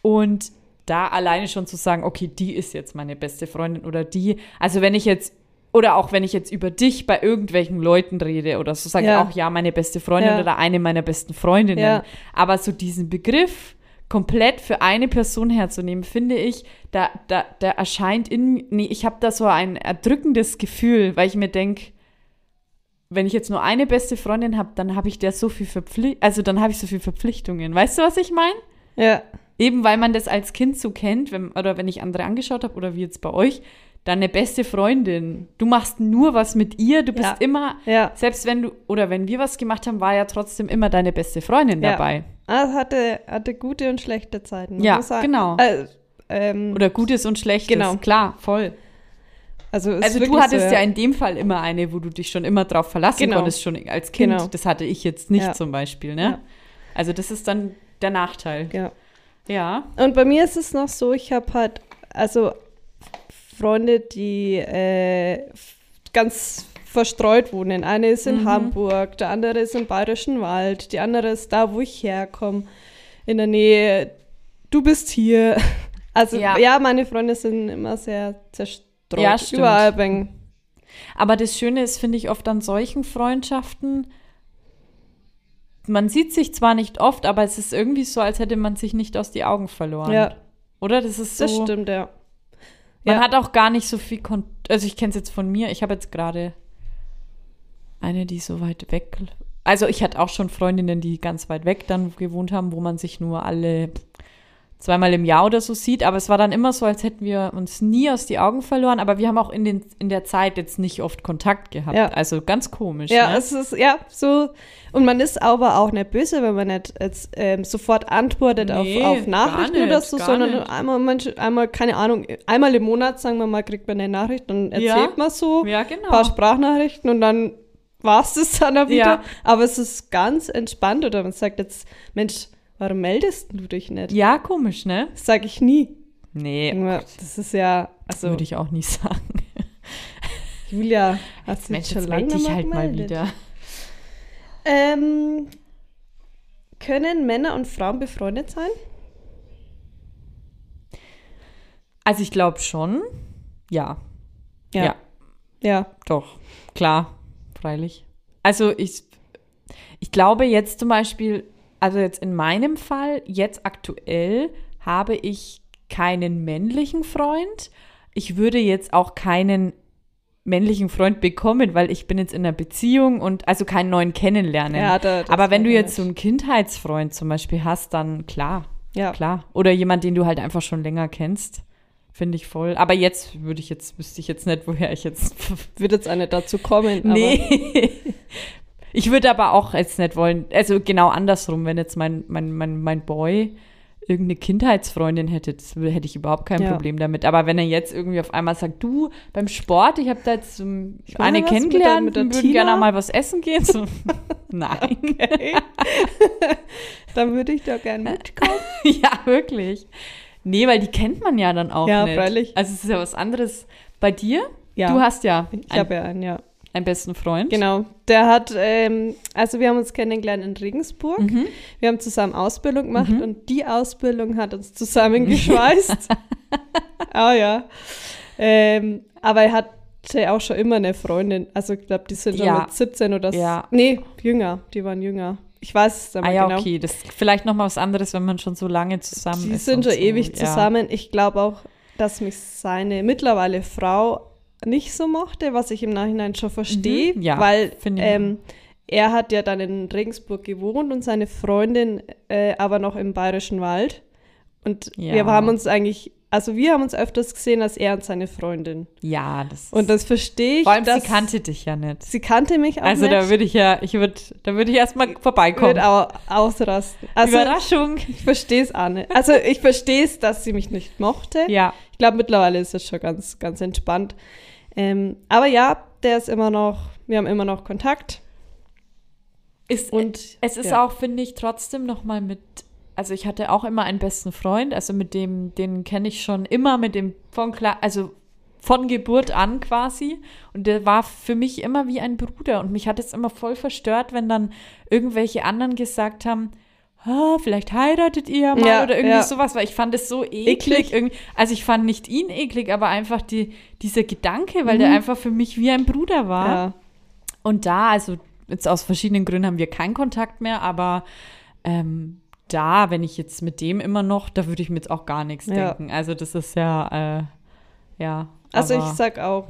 [SPEAKER 4] Und da alleine schon zu sagen, okay, die ist jetzt meine beste Freundin oder die, also wenn ich jetzt, oder auch wenn ich jetzt über dich bei irgendwelchen Leuten rede oder so, sage ich
[SPEAKER 3] Ja.
[SPEAKER 4] auch, ja, meine beste Freundin
[SPEAKER 3] Ja.
[SPEAKER 4] oder eine meiner besten Freundinnen.
[SPEAKER 3] Ja.
[SPEAKER 4] Aber so diesen Begriff komplett für eine Person herzunehmen, finde ich, da, da, da erscheint in nee, ich habe da so ein erdrückendes Gefühl, weil ich mir denke, wenn ich jetzt nur eine beste Freundin habe, dann habe ich der so viel Verpflichtungen, also dann habe ich so viel Verpflichtungen. Weißt du, was ich meine?
[SPEAKER 3] Ja,
[SPEAKER 4] Eben weil man das als Kind so kennt, wenn, oder wenn ich andere angeschaut habe, oder wie jetzt bei euch, deine beste Freundin. Du machst nur was mit ihr, du bist
[SPEAKER 3] Ja.
[SPEAKER 4] immer,
[SPEAKER 3] ja.
[SPEAKER 4] selbst wenn du, oder wenn wir was gemacht haben, war ja trotzdem immer deine beste Freundin
[SPEAKER 3] Ja.
[SPEAKER 4] dabei.
[SPEAKER 3] Ah, Es hatte, hatte gute und schlechte Zeiten. man
[SPEAKER 4] Ja,
[SPEAKER 3] muss sagen.
[SPEAKER 4] genau.
[SPEAKER 3] Äh, ähm,
[SPEAKER 4] Oder Gutes und Schlechtes.
[SPEAKER 3] Genau.
[SPEAKER 4] Klar, voll.
[SPEAKER 3] also ist
[SPEAKER 4] also du
[SPEAKER 3] wirklich
[SPEAKER 4] hattest
[SPEAKER 3] so,
[SPEAKER 4] ja in dem Fall immer eine, wo du dich schon immer drauf verlassen
[SPEAKER 3] Genau.
[SPEAKER 4] konntest, schon als Kind.
[SPEAKER 3] Genau.
[SPEAKER 4] Das hatte ich jetzt nicht
[SPEAKER 3] Ja.
[SPEAKER 4] zum Beispiel, ne?
[SPEAKER 3] Ja.
[SPEAKER 4] Also das ist dann der Nachteil.
[SPEAKER 3] ja.
[SPEAKER 4] Ja.
[SPEAKER 3] Und bei mir ist es noch so, ich habe halt, also Freunde, die äh, f- ganz verstreut wohnen. Eine ist in
[SPEAKER 4] Mhm.
[SPEAKER 3] Hamburg, der andere ist im Bayerischen Wald, die andere ist da, wo ich herkomme, in der Nähe. Du bist hier. Also
[SPEAKER 4] Ja.
[SPEAKER 3] ja, meine Freunde sind immer sehr zerstreut.
[SPEAKER 4] Ja, stimmt.
[SPEAKER 3] Überall bang.
[SPEAKER 4] Aber das Schöne ist, finde ich, oft an solchen Freundschaften, man sieht sich zwar nicht oft, aber es ist irgendwie so, als hätte man sich nicht aus die Augen verloren.
[SPEAKER 3] Ja,
[SPEAKER 4] Oder? Das ist so.
[SPEAKER 3] das stimmt, ja.
[SPEAKER 4] Man
[SPEAKER 3] Ja.
[SPEAKER 4] hat auch gar nicht so viel Kon Also ich kenne es jetzt von mir. Ich habe jetzt gerade eine, die so weit weg. Also ich hatte auch schon Freundinnen, die ganz weit weg dann gewohnt haben, wo man sich nur alle zweimal im Jahr oder so sieht. Aber es war dann immer so, als hätten wir uns nie aus die Augen verloren. Aber wir haben auch in, den, in der Zeit jetzt nicht oft Kontakt gehabt.
[SPEAKER 3] Ja.
[SPEAKER 4] Also ganz komisch.
[SPEAKER 3] Ja,
[SPEAKER 4] ne?
[SPEAKER 3] es ist, ja, so. Und man ist aber auch nicht böse, wenn man nicht jetzt, ähm, sofort antwortet
[SPEAKER 4] Nee,
[SPEAKER 3] auf, auf
[SPEAKER 4] gar
[SPEAKER 3] Nachrichten
[SPEAKER 4] nicht,
[SPEAKER 3] oder so,
[SPEAKER 4] gar
[SPEAKER 3] sondern
[SPEAKER 4] nicht.
[SPEAKER 3] einmal, manch- einmal, keine Ahnung, einmal im Monat, sagen wir mal, kriegt man eine Nachricht, dann erzählt
[SPEAKER 4] Ja.
[SPEAKER 3] man so
[SPEAKER 4] ja
[SPEAKER 3] ein paar
[SPEAKER 4] genau.
[SPEAKER 3] Sprachnachrichten und dann war es das dann auch wieder.
[SPEAKER 4] Ja.
[SPEAKER 3] Aber es ist ganz entspannt oder man sagt jetzt, Mensch, warum meldest du dich nicht?
[SPEAKER 4] Ja, komisch, ne?
[SPEAKER 3] Das sage ich nie.
[SPEAKER 4] Nee,
[SPEAKER 3] Immer, Das ist ja, also,
[SPEAKER 4] würde ich auch nie sagen.
[SPEAKER 3] Julia, hast du
[SPEAKER 4] Mensch,
[SPEAKER 3] jetzt schon
[SPEAKER 4] jetzt
[SPEAKER 3] lange
[SPEAKER 4] melde ich
[SPEAKER 3] mal
[SPEAKER 4] halt mal
[SPEAKER 3] gemeldet.
[SPEAKER 4] wieder.
[SPEAKER 3] Ähm, können Männer und Frauen befreundet sein?
[SPEAKER 4] Also ich glaube schon. Ja. Ja. ja.
[SPEAKER 3] Ja.
[SPEAKER 4] Doch, klar, freilich. Also ich, ich glaube jetzt zum Beispiel, also jetzt in meinem Fall, jetzt aktuell habe ich keinen männlichen Freund. Ich würde jetzt auch keinen männlichen Freund bekommen, weil ich bin jetzt in einer Beziehung und also keinen neuen kennenlernen.
[SPEAKER 3] Ja, da- das
[SPEAKER 4] Aber wenn
[SPEAKER 3] geht
[SPEAKER 4] du jetzt
[SPEAKER 3] nicht.
[SPEAKER 4] so einen Kindheitsfreund zum Beispiel hast, dann klar,
[SPEAKER 3] Ja.
[SPEAKER 4] klar. Oder jemand, den du halt einfach schon länger kennst, finde ich voll. Aber jetzt würde ich jetzt, wüsste ich jetzt nicht, woher ich jetzt
[SPEAKER 3] Wird jetzt eine dazu kommen. Aber
[SPEAKER 4] Nee. Ich würde aber auch jetzt nicht wollen, also genau andersrum, wenn jetzt mein, mein, mein, mein Boy irgendeine Kindheitsfreundin hätte, das wür- hätte ich überhaupt kein
[SPEAKER 3] Ja.
[SPEAKER 4] Problem damit. Aber wenn er jetzt irgendwie auf einmal sagt, du, beim Sport, ich habe da jetzt ähm,
[SPEAKER 3] mache
[SPEAKER 4] eine
[SPEAKER 3] was mit der-
[SPEAKER 4] kennengelernt,
[SPEAKER 3] mit der
[SPEAKER 4] wir würden
[SPEAKER 3] Tina.
[SPEAKER 4] gerne mal was essen gehen. So, nein.
[SPEAKER 3] Dann würde ich da gerne mitkommen.
[SPEAKER 4] ja, wirklich. Nee, weil die kennt man ja dann auch
[SPEAKER 3] Ja,
[SPEAKER 4] nicht.
[SPEAKER 3] freilich.
[SPEAKER 4] Also es ist ja was anderes. Bei dir?
[SPEAKER 3] Ja.
[SPEAKER 4] Du hast ja
[SPEAKER 3] ich
[SPEAKER 4] einen,
[SPEAKER 3] habe ja einen, ja.
[SPEAKER 4] einen besten Freund.
[SPEAKER 3] Genau. Der hat, ähm, also wir haben uns kennengelernt in Regensburg.
[SPEAKER 4] Mhm.
[SPEAKER 3] Wir haben zusammen Ausbildung gemacht und die Ausbildung hat uns zusammengeschweißt. ah ja. Ähm, aber er hatte auch schon immer eine Freundin. Also ich glaube, die sind schon
[SPEAKER 4] Ja.
[SPEAKER 3] mit 17 oder s-
[SPEAKER 4] Ja.
[SPEAKER 3] Nee, jünger. Die waren jünger. Ich weiß es nicht
[SPEAKER 4] Ah
[SPEAKER 3] mehr
[SPEAKER 4] ja,
[SPEAKER 3] genau.
[SPEAKER 4] okay. Das ist vielleicht nochmal was anderes, wenn man schon so lange zusammen
[SPEAKER 3] Die
[SPEAKER 4] ist.
[SPEAKER 3] sind
[SPEAKER 4] und
[SPEAKER 3] schon
[SPEAKER 4] so.
[SPEAKER 3] ewig
[SPEAKER 4] Ja.
[SPEAKER 3] zusammen. Ich glaube auch, dass mich seine mittlerweile Frau nicht so mochte, was ich im Nachhinein schon verstehe,
[SPEAKER 4] Mhm, ja,
[SPEAKER 3] weil
[SPEAKER 4] finde ich
[SPEAKER 3] ähm, er hat ja dann in Regensburg gewohnt und seine Freundin äh, aber noch im Bayerischen Wald. Und wir
[SPEAKER 4] Ja.
[SPEAKER 3] haben uns eigentlich, also wir haben uns öfters gesehen als er und seine Freundin.
[SPEAKER 4] Ja, das
[SPEAKER 3] Und das verstehe ich.
[SPEAKER 4] Vor allem, sie
[SPEAKER 3] dass-
[SPEAKER 4] kannte dich ja nicht.
[SPEAKER 3] sie kannte mich auch
[SPEAKER 4] Also
[SPEAKER 3] nicht.
[SPEAKER 4] da würde ich ja, ich würde, da würde ich erstmal vorbeikommen.
[SPEAKER 3] wird auch ausrasten. Also
[SPEAKER 4] Überraschung.
[SPEAKER 3] ich verstehe es auch nicht. Also ich verstehe es, dass sie mich nicht mochte.
[SPEAKER 4] Ja.
[SPEAKER 3] Ich glaube, mittlerweile ist es schon ganz, ganz entspannt. Ähm, aber ja, der ist immer noch, wir haben immer noch Kontakt.
[SPEAKER 4] Ist,
[SPEAKER 3] Und
[SPEAKER 4] Es ist
[SPEAKER 3] ja.
[SPEAKER 4] auch, finde ich, trotzdem nochmal mit, also ich hatte auch immer einen besten Freund, also mit dem, den kenne ich schon immer, mit dem von klar, also von Geburt an quasi. Und der war für mich immer wie ein Bruder. Und mich hat es immer voll verstört, wenn dann irgendwelche anderen gesagt haben, "Ah, vielleicht heiratet ihr mal
[SPEAKER 3] Ja,
[SPEAKER 4] oder irgendwie
[SPEAKER 3] ja.
[SPEAKER 4] sowas, weil ich fand es so eklig.
[SPEAKER 3] Eklig.
[SPEAKER 4] Irgendwie, also ich fand nicht ihn eklig, aber einfach die, dieser Gedanke, weil der einfach für mich wie ein Bruder war.
[SPEAKER 3] Mhm. Ja.
[SPEAKER 4] Und da, also jetzt aus verschiedenen Gründen haben wir keinen Kontakt mehr, aber ähm, da, wenn ich jetzt mit dem immer noch, da würde ich mir jetzt auch gar nichts
[SPEAKER 3] Ja.
[SPEAKER 4] denken. Also das ist ja, äh, ja.
[SPEAKER 3] Also
[SPEAKER 4] aber-
[SPEAKER 3] ich sag auch,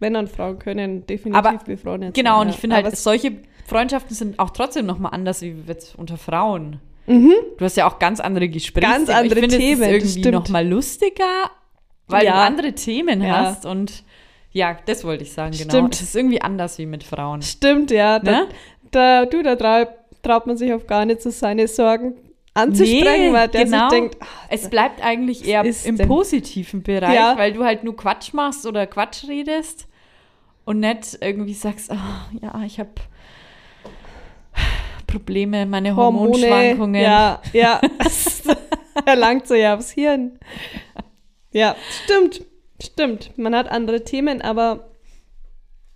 [SPEAKER 3] Männer und Frauen können definitiv
[SPEAKER 4] Aber-
[SPEAKER 3] befreundet sein.
[SPEAKER 4] Genau, und
[SPEAKER 3] ja.
[SPEAKER 4] ich finde halt,
[SPEAKER 3] Aber es-
[SPEAKER 4] solche Freundschaften sind auch trotzdem nochmal anders wie jetzt unter Frauen. Du hast ja auch ganz andere Gespräche.
[SPEAKER 3] Mhm. Ganz andere
[SPEAKER 4] ich finde,
[SPEAKER 3] Themen, das
[SPEAKER 4] Es ist irgendwie
[SPEAKER 3] stimmt.
[SPEAKER 4] nochmal lustiger, weil du
[SPEAKER 3] Ja.
[SPEAKER 4] andere Themen
[SPEAKER 3] Ja.
[SPEAKER 4] hast und ja, das wollte ich sagen, genau.
[SPEAKER 3] Stimmt.
[SPEAKER 4] Es ist irgendwie anders wie mit Frauen.
[SPEAKER 3] Stimmt, ja. Da,
[SPEAKER 4] Ne?
[SPEAKER 3] da, du, da trau- traut man sich auf gar nicht so seine Sorgen anzusprechen,
[SPEAKER 4] Nee,
[SPEAKER 3] weil der
[SPEAKER 4] genau.
[SPEAKER 3] sich denkt, ah,
[SPEAKER 4] Es bleibt eigentlich eher
[SPEAKER 3] ist
[SPEAKER 4] im
[SPEAKER 3] denn-
[SPEAKER 4] positiven Bereich,
[SPEAKER 3] Ja.
[SPEAKER 4] weil du halt nur Quatsch machst oder Quatsch redest und nicht irgendwie sagst, ah, ja, ich habe Probleme, meine
[SPEAKER 3] Hormone,
[SPEAKER 4] Hormonschwankungen.
[SPEAKER 3] Ja, ja. er langt so ja aufs Hirn. Ja, stimmt, stimmt. Man hat andere Themen, aber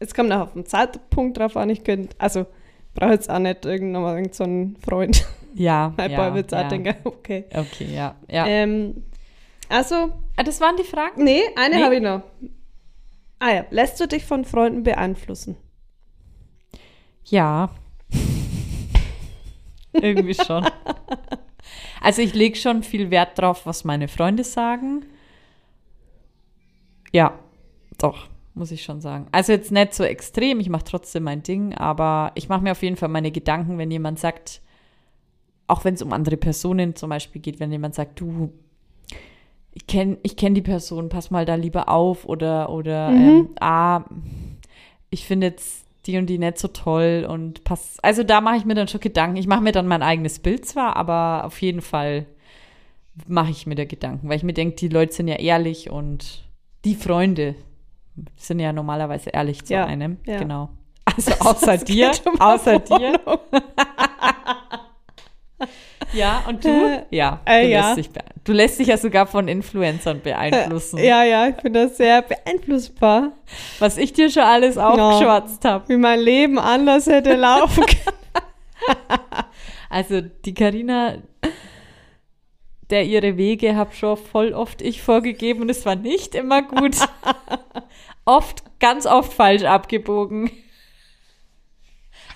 [SPEAKER 3] es kommt auch auf den Zeitpunkt drauf an. Ich könnte, also brauche jetzt auch nicht irgendwann irgend so einen Freund.
[SPEAKER 4] ja,
[SPEAKER 3] Mein
[SPEAKER 4] ja,
[SPEAKER 3] Boy wird auch
[SPEAKER 4] ja.
[SPEAKER 3] denken, okay.
[SPEAKER 4] Okay, ja, ja.
[SPEAKER 3] Ähm, also,
[SPEAKER 4] Ah, das waren die Fragen.
[SPEAKER 3] nee, eine
[SPEAKER 4] Nee.
[SPEAKER 3] habe ich noch. Ah ja, lässt du dich von Freunden beeinflussen?
[SPEAKER 4] Ja. Irgendwie schon. Also ich lege schon viel Wert drauf, was meine Freunde sagen. Ja, doch, muss ich schon sagen. Also jetzt nicht so extrem, ich mache trotzdem mein Ding, aber ich mache mir auf jeden Fall meine Gedanken, wenn jemand sagt, auch wenn es um andere Personen zum Beispiel geht, wenn jemand sagt, du, ich kenne ich kenn die Person, pass mal da lieber auf oder, oder ähm, ah, ich finde jetzt die und die nicht so toll und passt. Also da mache ich mir dann schon Gedanken. Ich mache mir dann mein eigenes Bild zwar, aber auf jeden Fall mache ich mir da Gedanken, weil ich mir denke, die Leute sind ja ehrlich und die Freunde sind ja normalerweise ehrlich zu
[SPEAKER 3] Ja,
[SPEAKER 4] einem.
[SPEAKER 3] ja.
[SPEAKER 4] Genau. Also außer
[SPEAKER 3] geht
[SPEAKER 4] dir,
[SPEAKER 3] um
[SPEAKER 4] außer dir. Ja, und du? Ja,
[SPEAKER 3] äh,
[SPEAKER 4] du,
[SPEAKER 3] ja. Äh,
[SPEAKER 4] Lässt dich bee- du lässt dich ja sogar von Influencern beeinflussen.
[SPEAKER 3] Ja, ja, ich bin da sehr beeinflussbar.
[SPEAKER 4] Was ich dir schon alles
[SPEAKER 3] Genau.
[SPEAKER 4] aufgeschwatzt habe.
[SPEAKER 3] Wie mein Leben anders hätte laufen
[SPEAKER 4] Also die Karina, der ihre Wege habe schon voll oft ich vorgegeben und es war nicht immer gut. oft, ganz oft falsch abgebogen.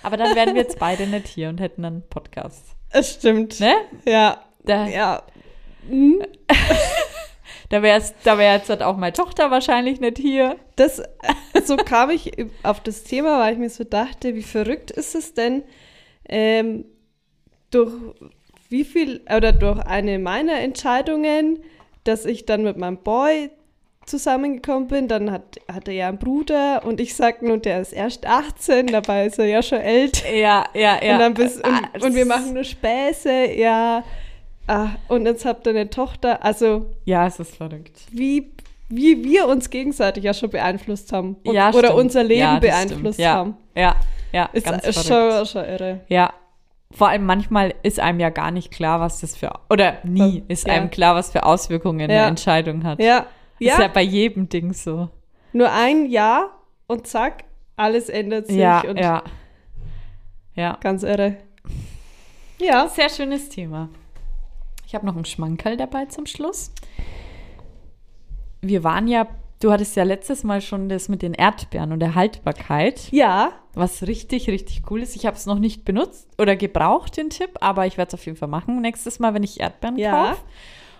[SPEAKER 4] Aber dann wären wir jetzt beide nicht hier und hätten einen Podcast.
[SPEAKER 3] Es stimmt.
[SPEAKER 4] Ne?
[SPEAKER 3] Ja.
[SPEAKER 4] Da,
[SPEAKER 3] Ja.
[SPEAKER 4] da wäre da wär jetzt halt auch meine Tochter wahrscheinlich nicht hier.
[SPEAKER 3] Das, so kam ich auf das Thema, weil ich mir so dachte, wie verrückt ist es denn, ähm, durch wie viel oder durch eine meiner Entscheidungen, dass ich dann mit meinem Boy zusammengekommen bin, dann hat, hat er ja einen Bruder und ich sag nun, der ist erst 18, dabei ist er ja schon älter.
[SPEAKER 4] Ja, ja, ja.
[SPEAKER 3] Und, dann bist,
[SPEAKER 4] Ah,
[SPEAKER 3] und, und wir machen nur Späße, ja. Ah, und jetzt habt ihr eine Tochter. Also,
[SPEAKER 4] Ja, es ist verrückt.
[SPEAKER 3] wie, wie wir uns gegenseitig ja schon beeinflusst haben. Und,
[SPEAKER 4] ja,
[SPEAKER 3] oder
[SPEAKER 4] stimmt.
[SPEAKER 3] unser Leben
[SPEAKER 4] Ja, das
[SPEAKER 3] beeinflusst
[SPEAKER 4] stimmt. ja,
[SPEAKER 3] haben.
[SPEAKER 4] Ja, ja,
[SPEAKER 3] Ist,
[SPEAKER 4] ganz
[SPEAKER 3] ist
[SPEAKER 4] verrückt.
[SPEAKER 3] schon, schon irre.
[SPEAKER 4] Ja. Vor allem manchmal ist einem ja gar nicht klar, was das für oder nie ist
[SPEAKER 3] Ja.
[SPEAKER 4] einem klar, was für Auswirkungen
[SPEAKER 3] Ja.
[SPEAKER 4] eine Entscheidung hat.
[SPEAKER 3] Ja.
[SPEAKER 4] Ist ja
[SPEAKER 3] Ja,
[SPEAKER 4] bei jedem Ding so.
[SPEAKER 3] Nur ein Ja und zack, alles ändert sich.
[SPEAKER 4] Ja,
[SPEAKER 3] und
[SPEAKER 4] ja. Ja.
[SPEAKER 3] Ganz irre. Ja.
[SPEAKER 4] Sehr schönes Thema. Ich habe noch einen Schmankerl dabei zum Schluss. Wir waren ja, du hattest ja letztes Mal schon das mit den Erdbeeren und der Haltbarkeit,
[SPEAKER 3] Ja,
[SPEAKER 4] was richtig, richtig cool ist. Ich habe es noch nicht benutzt oder gebraucht, den Tipp, aber ich werde es auf jeden Fall machen nächstes Mal, wenn ich Erdbeeren
[SPEAKER 3] Ja.
[SPEAKER 4] kaufe.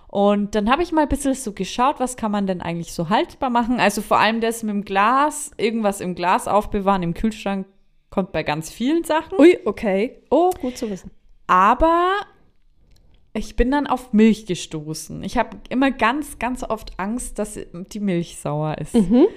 [SPEAKER 4] Und dann habe ich mal ein bisschen so geschaut, was kann man denn eigentlich so haltbar machen. Also vor allem das mit dem Glas, irgendwas im Glas aufbewahren, im Kühlschrank kommt bei ganz vielen Sachen.
[SPEAKER 3] Ui, okay. Oh, gut zu wissen.
[SPEAKER 4] Aber ich bin dann auf Milch gestoßen. Ich habe immer ganz, ganz oft Angst, dass die Milch sauer ist.
[SPEAKER 3] Mhm.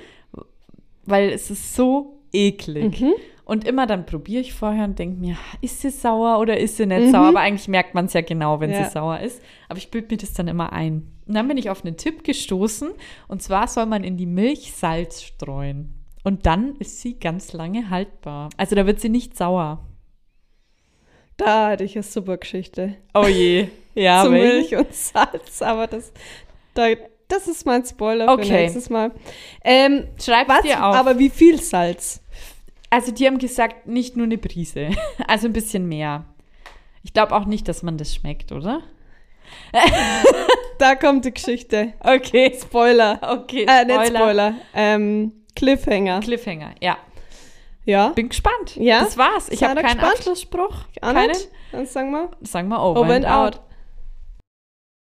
[SPEAKER 4] Weil es ist so eklig.
[SPEAKER 3] Mhm.
[SPEAKER 4] Und immer dann probiere ich vorher und denke mir, ist sie sauer oder ist sie nicht sauer? Aber eigentlich merkt man es ja genau, wenn
[SPEAKER 3] Mhm. Ja.
[SPEAKER 4] sie sauer ist. Aber ich bilde mir das dann immer ein. Und dann bin ich auf einen Tipp gestoßen. Und zwar soll man in die Milch Salz streuen. Und dann ist sie ganz lange haltbar. Also da wird sie nicht sauer.
[SPEAKER 3] Da hatte ich eine super Geschichte.
[SPEAKER 4] Oh je. Ja,
[SPEAKER 3] zu Milch
[SPEAKER 4] welche?
[SPEAKER 3] und Salz, aber das, da, das ist mein Spoiler
[SPEAKER 4] Okay.
[SPEAKER 3] für nächstes Mal. Ähm,
[SPEAKER 4] Schreib's
[SPEAKER 3] was,
[SPEAKER 4] dir auf.
[SPEAKER 3] aber wie viel Salz?
[SPEAKER 4] also die haben gesagt, nicht nur eine Prise, also ein bisschen mehr. Ich glaube auch nicht, dass man das schmeckt, oder?
[SPEAKER 3] Da kommt die Geschichte.
[SPEAKER 4] Okay.
[SPEAKER 3] Spoiler.
[SPEAKER 4] Okay,
[SPEAKER 3] Äh, nicht Spoiler. Ähm, Cliffhanger.
[SPEAKER 4] Cliffhanger, ja.
[SPEAKER 3] ja.
[SPEAKER 4] Bin gespannt.
[SPEAKER 3] Ja?
[SPEAKER 4] Das war's. Ich
[SPEAKER 3] Seid
[SPEAKER 4] habe
[SPEAKER 3] ihr
[SPEAKER 4] keinen
[SPEAKER 3] gespannt?
[SPEAKER 4] Abschlussspruch.
[SPEAKER 3] Auch Oh,
[SPEAKER 4] Keinen?
[SPEAKER 3] nicht? Dann sagen wir.
[SPEAKER 4] Sagen wir over, and out.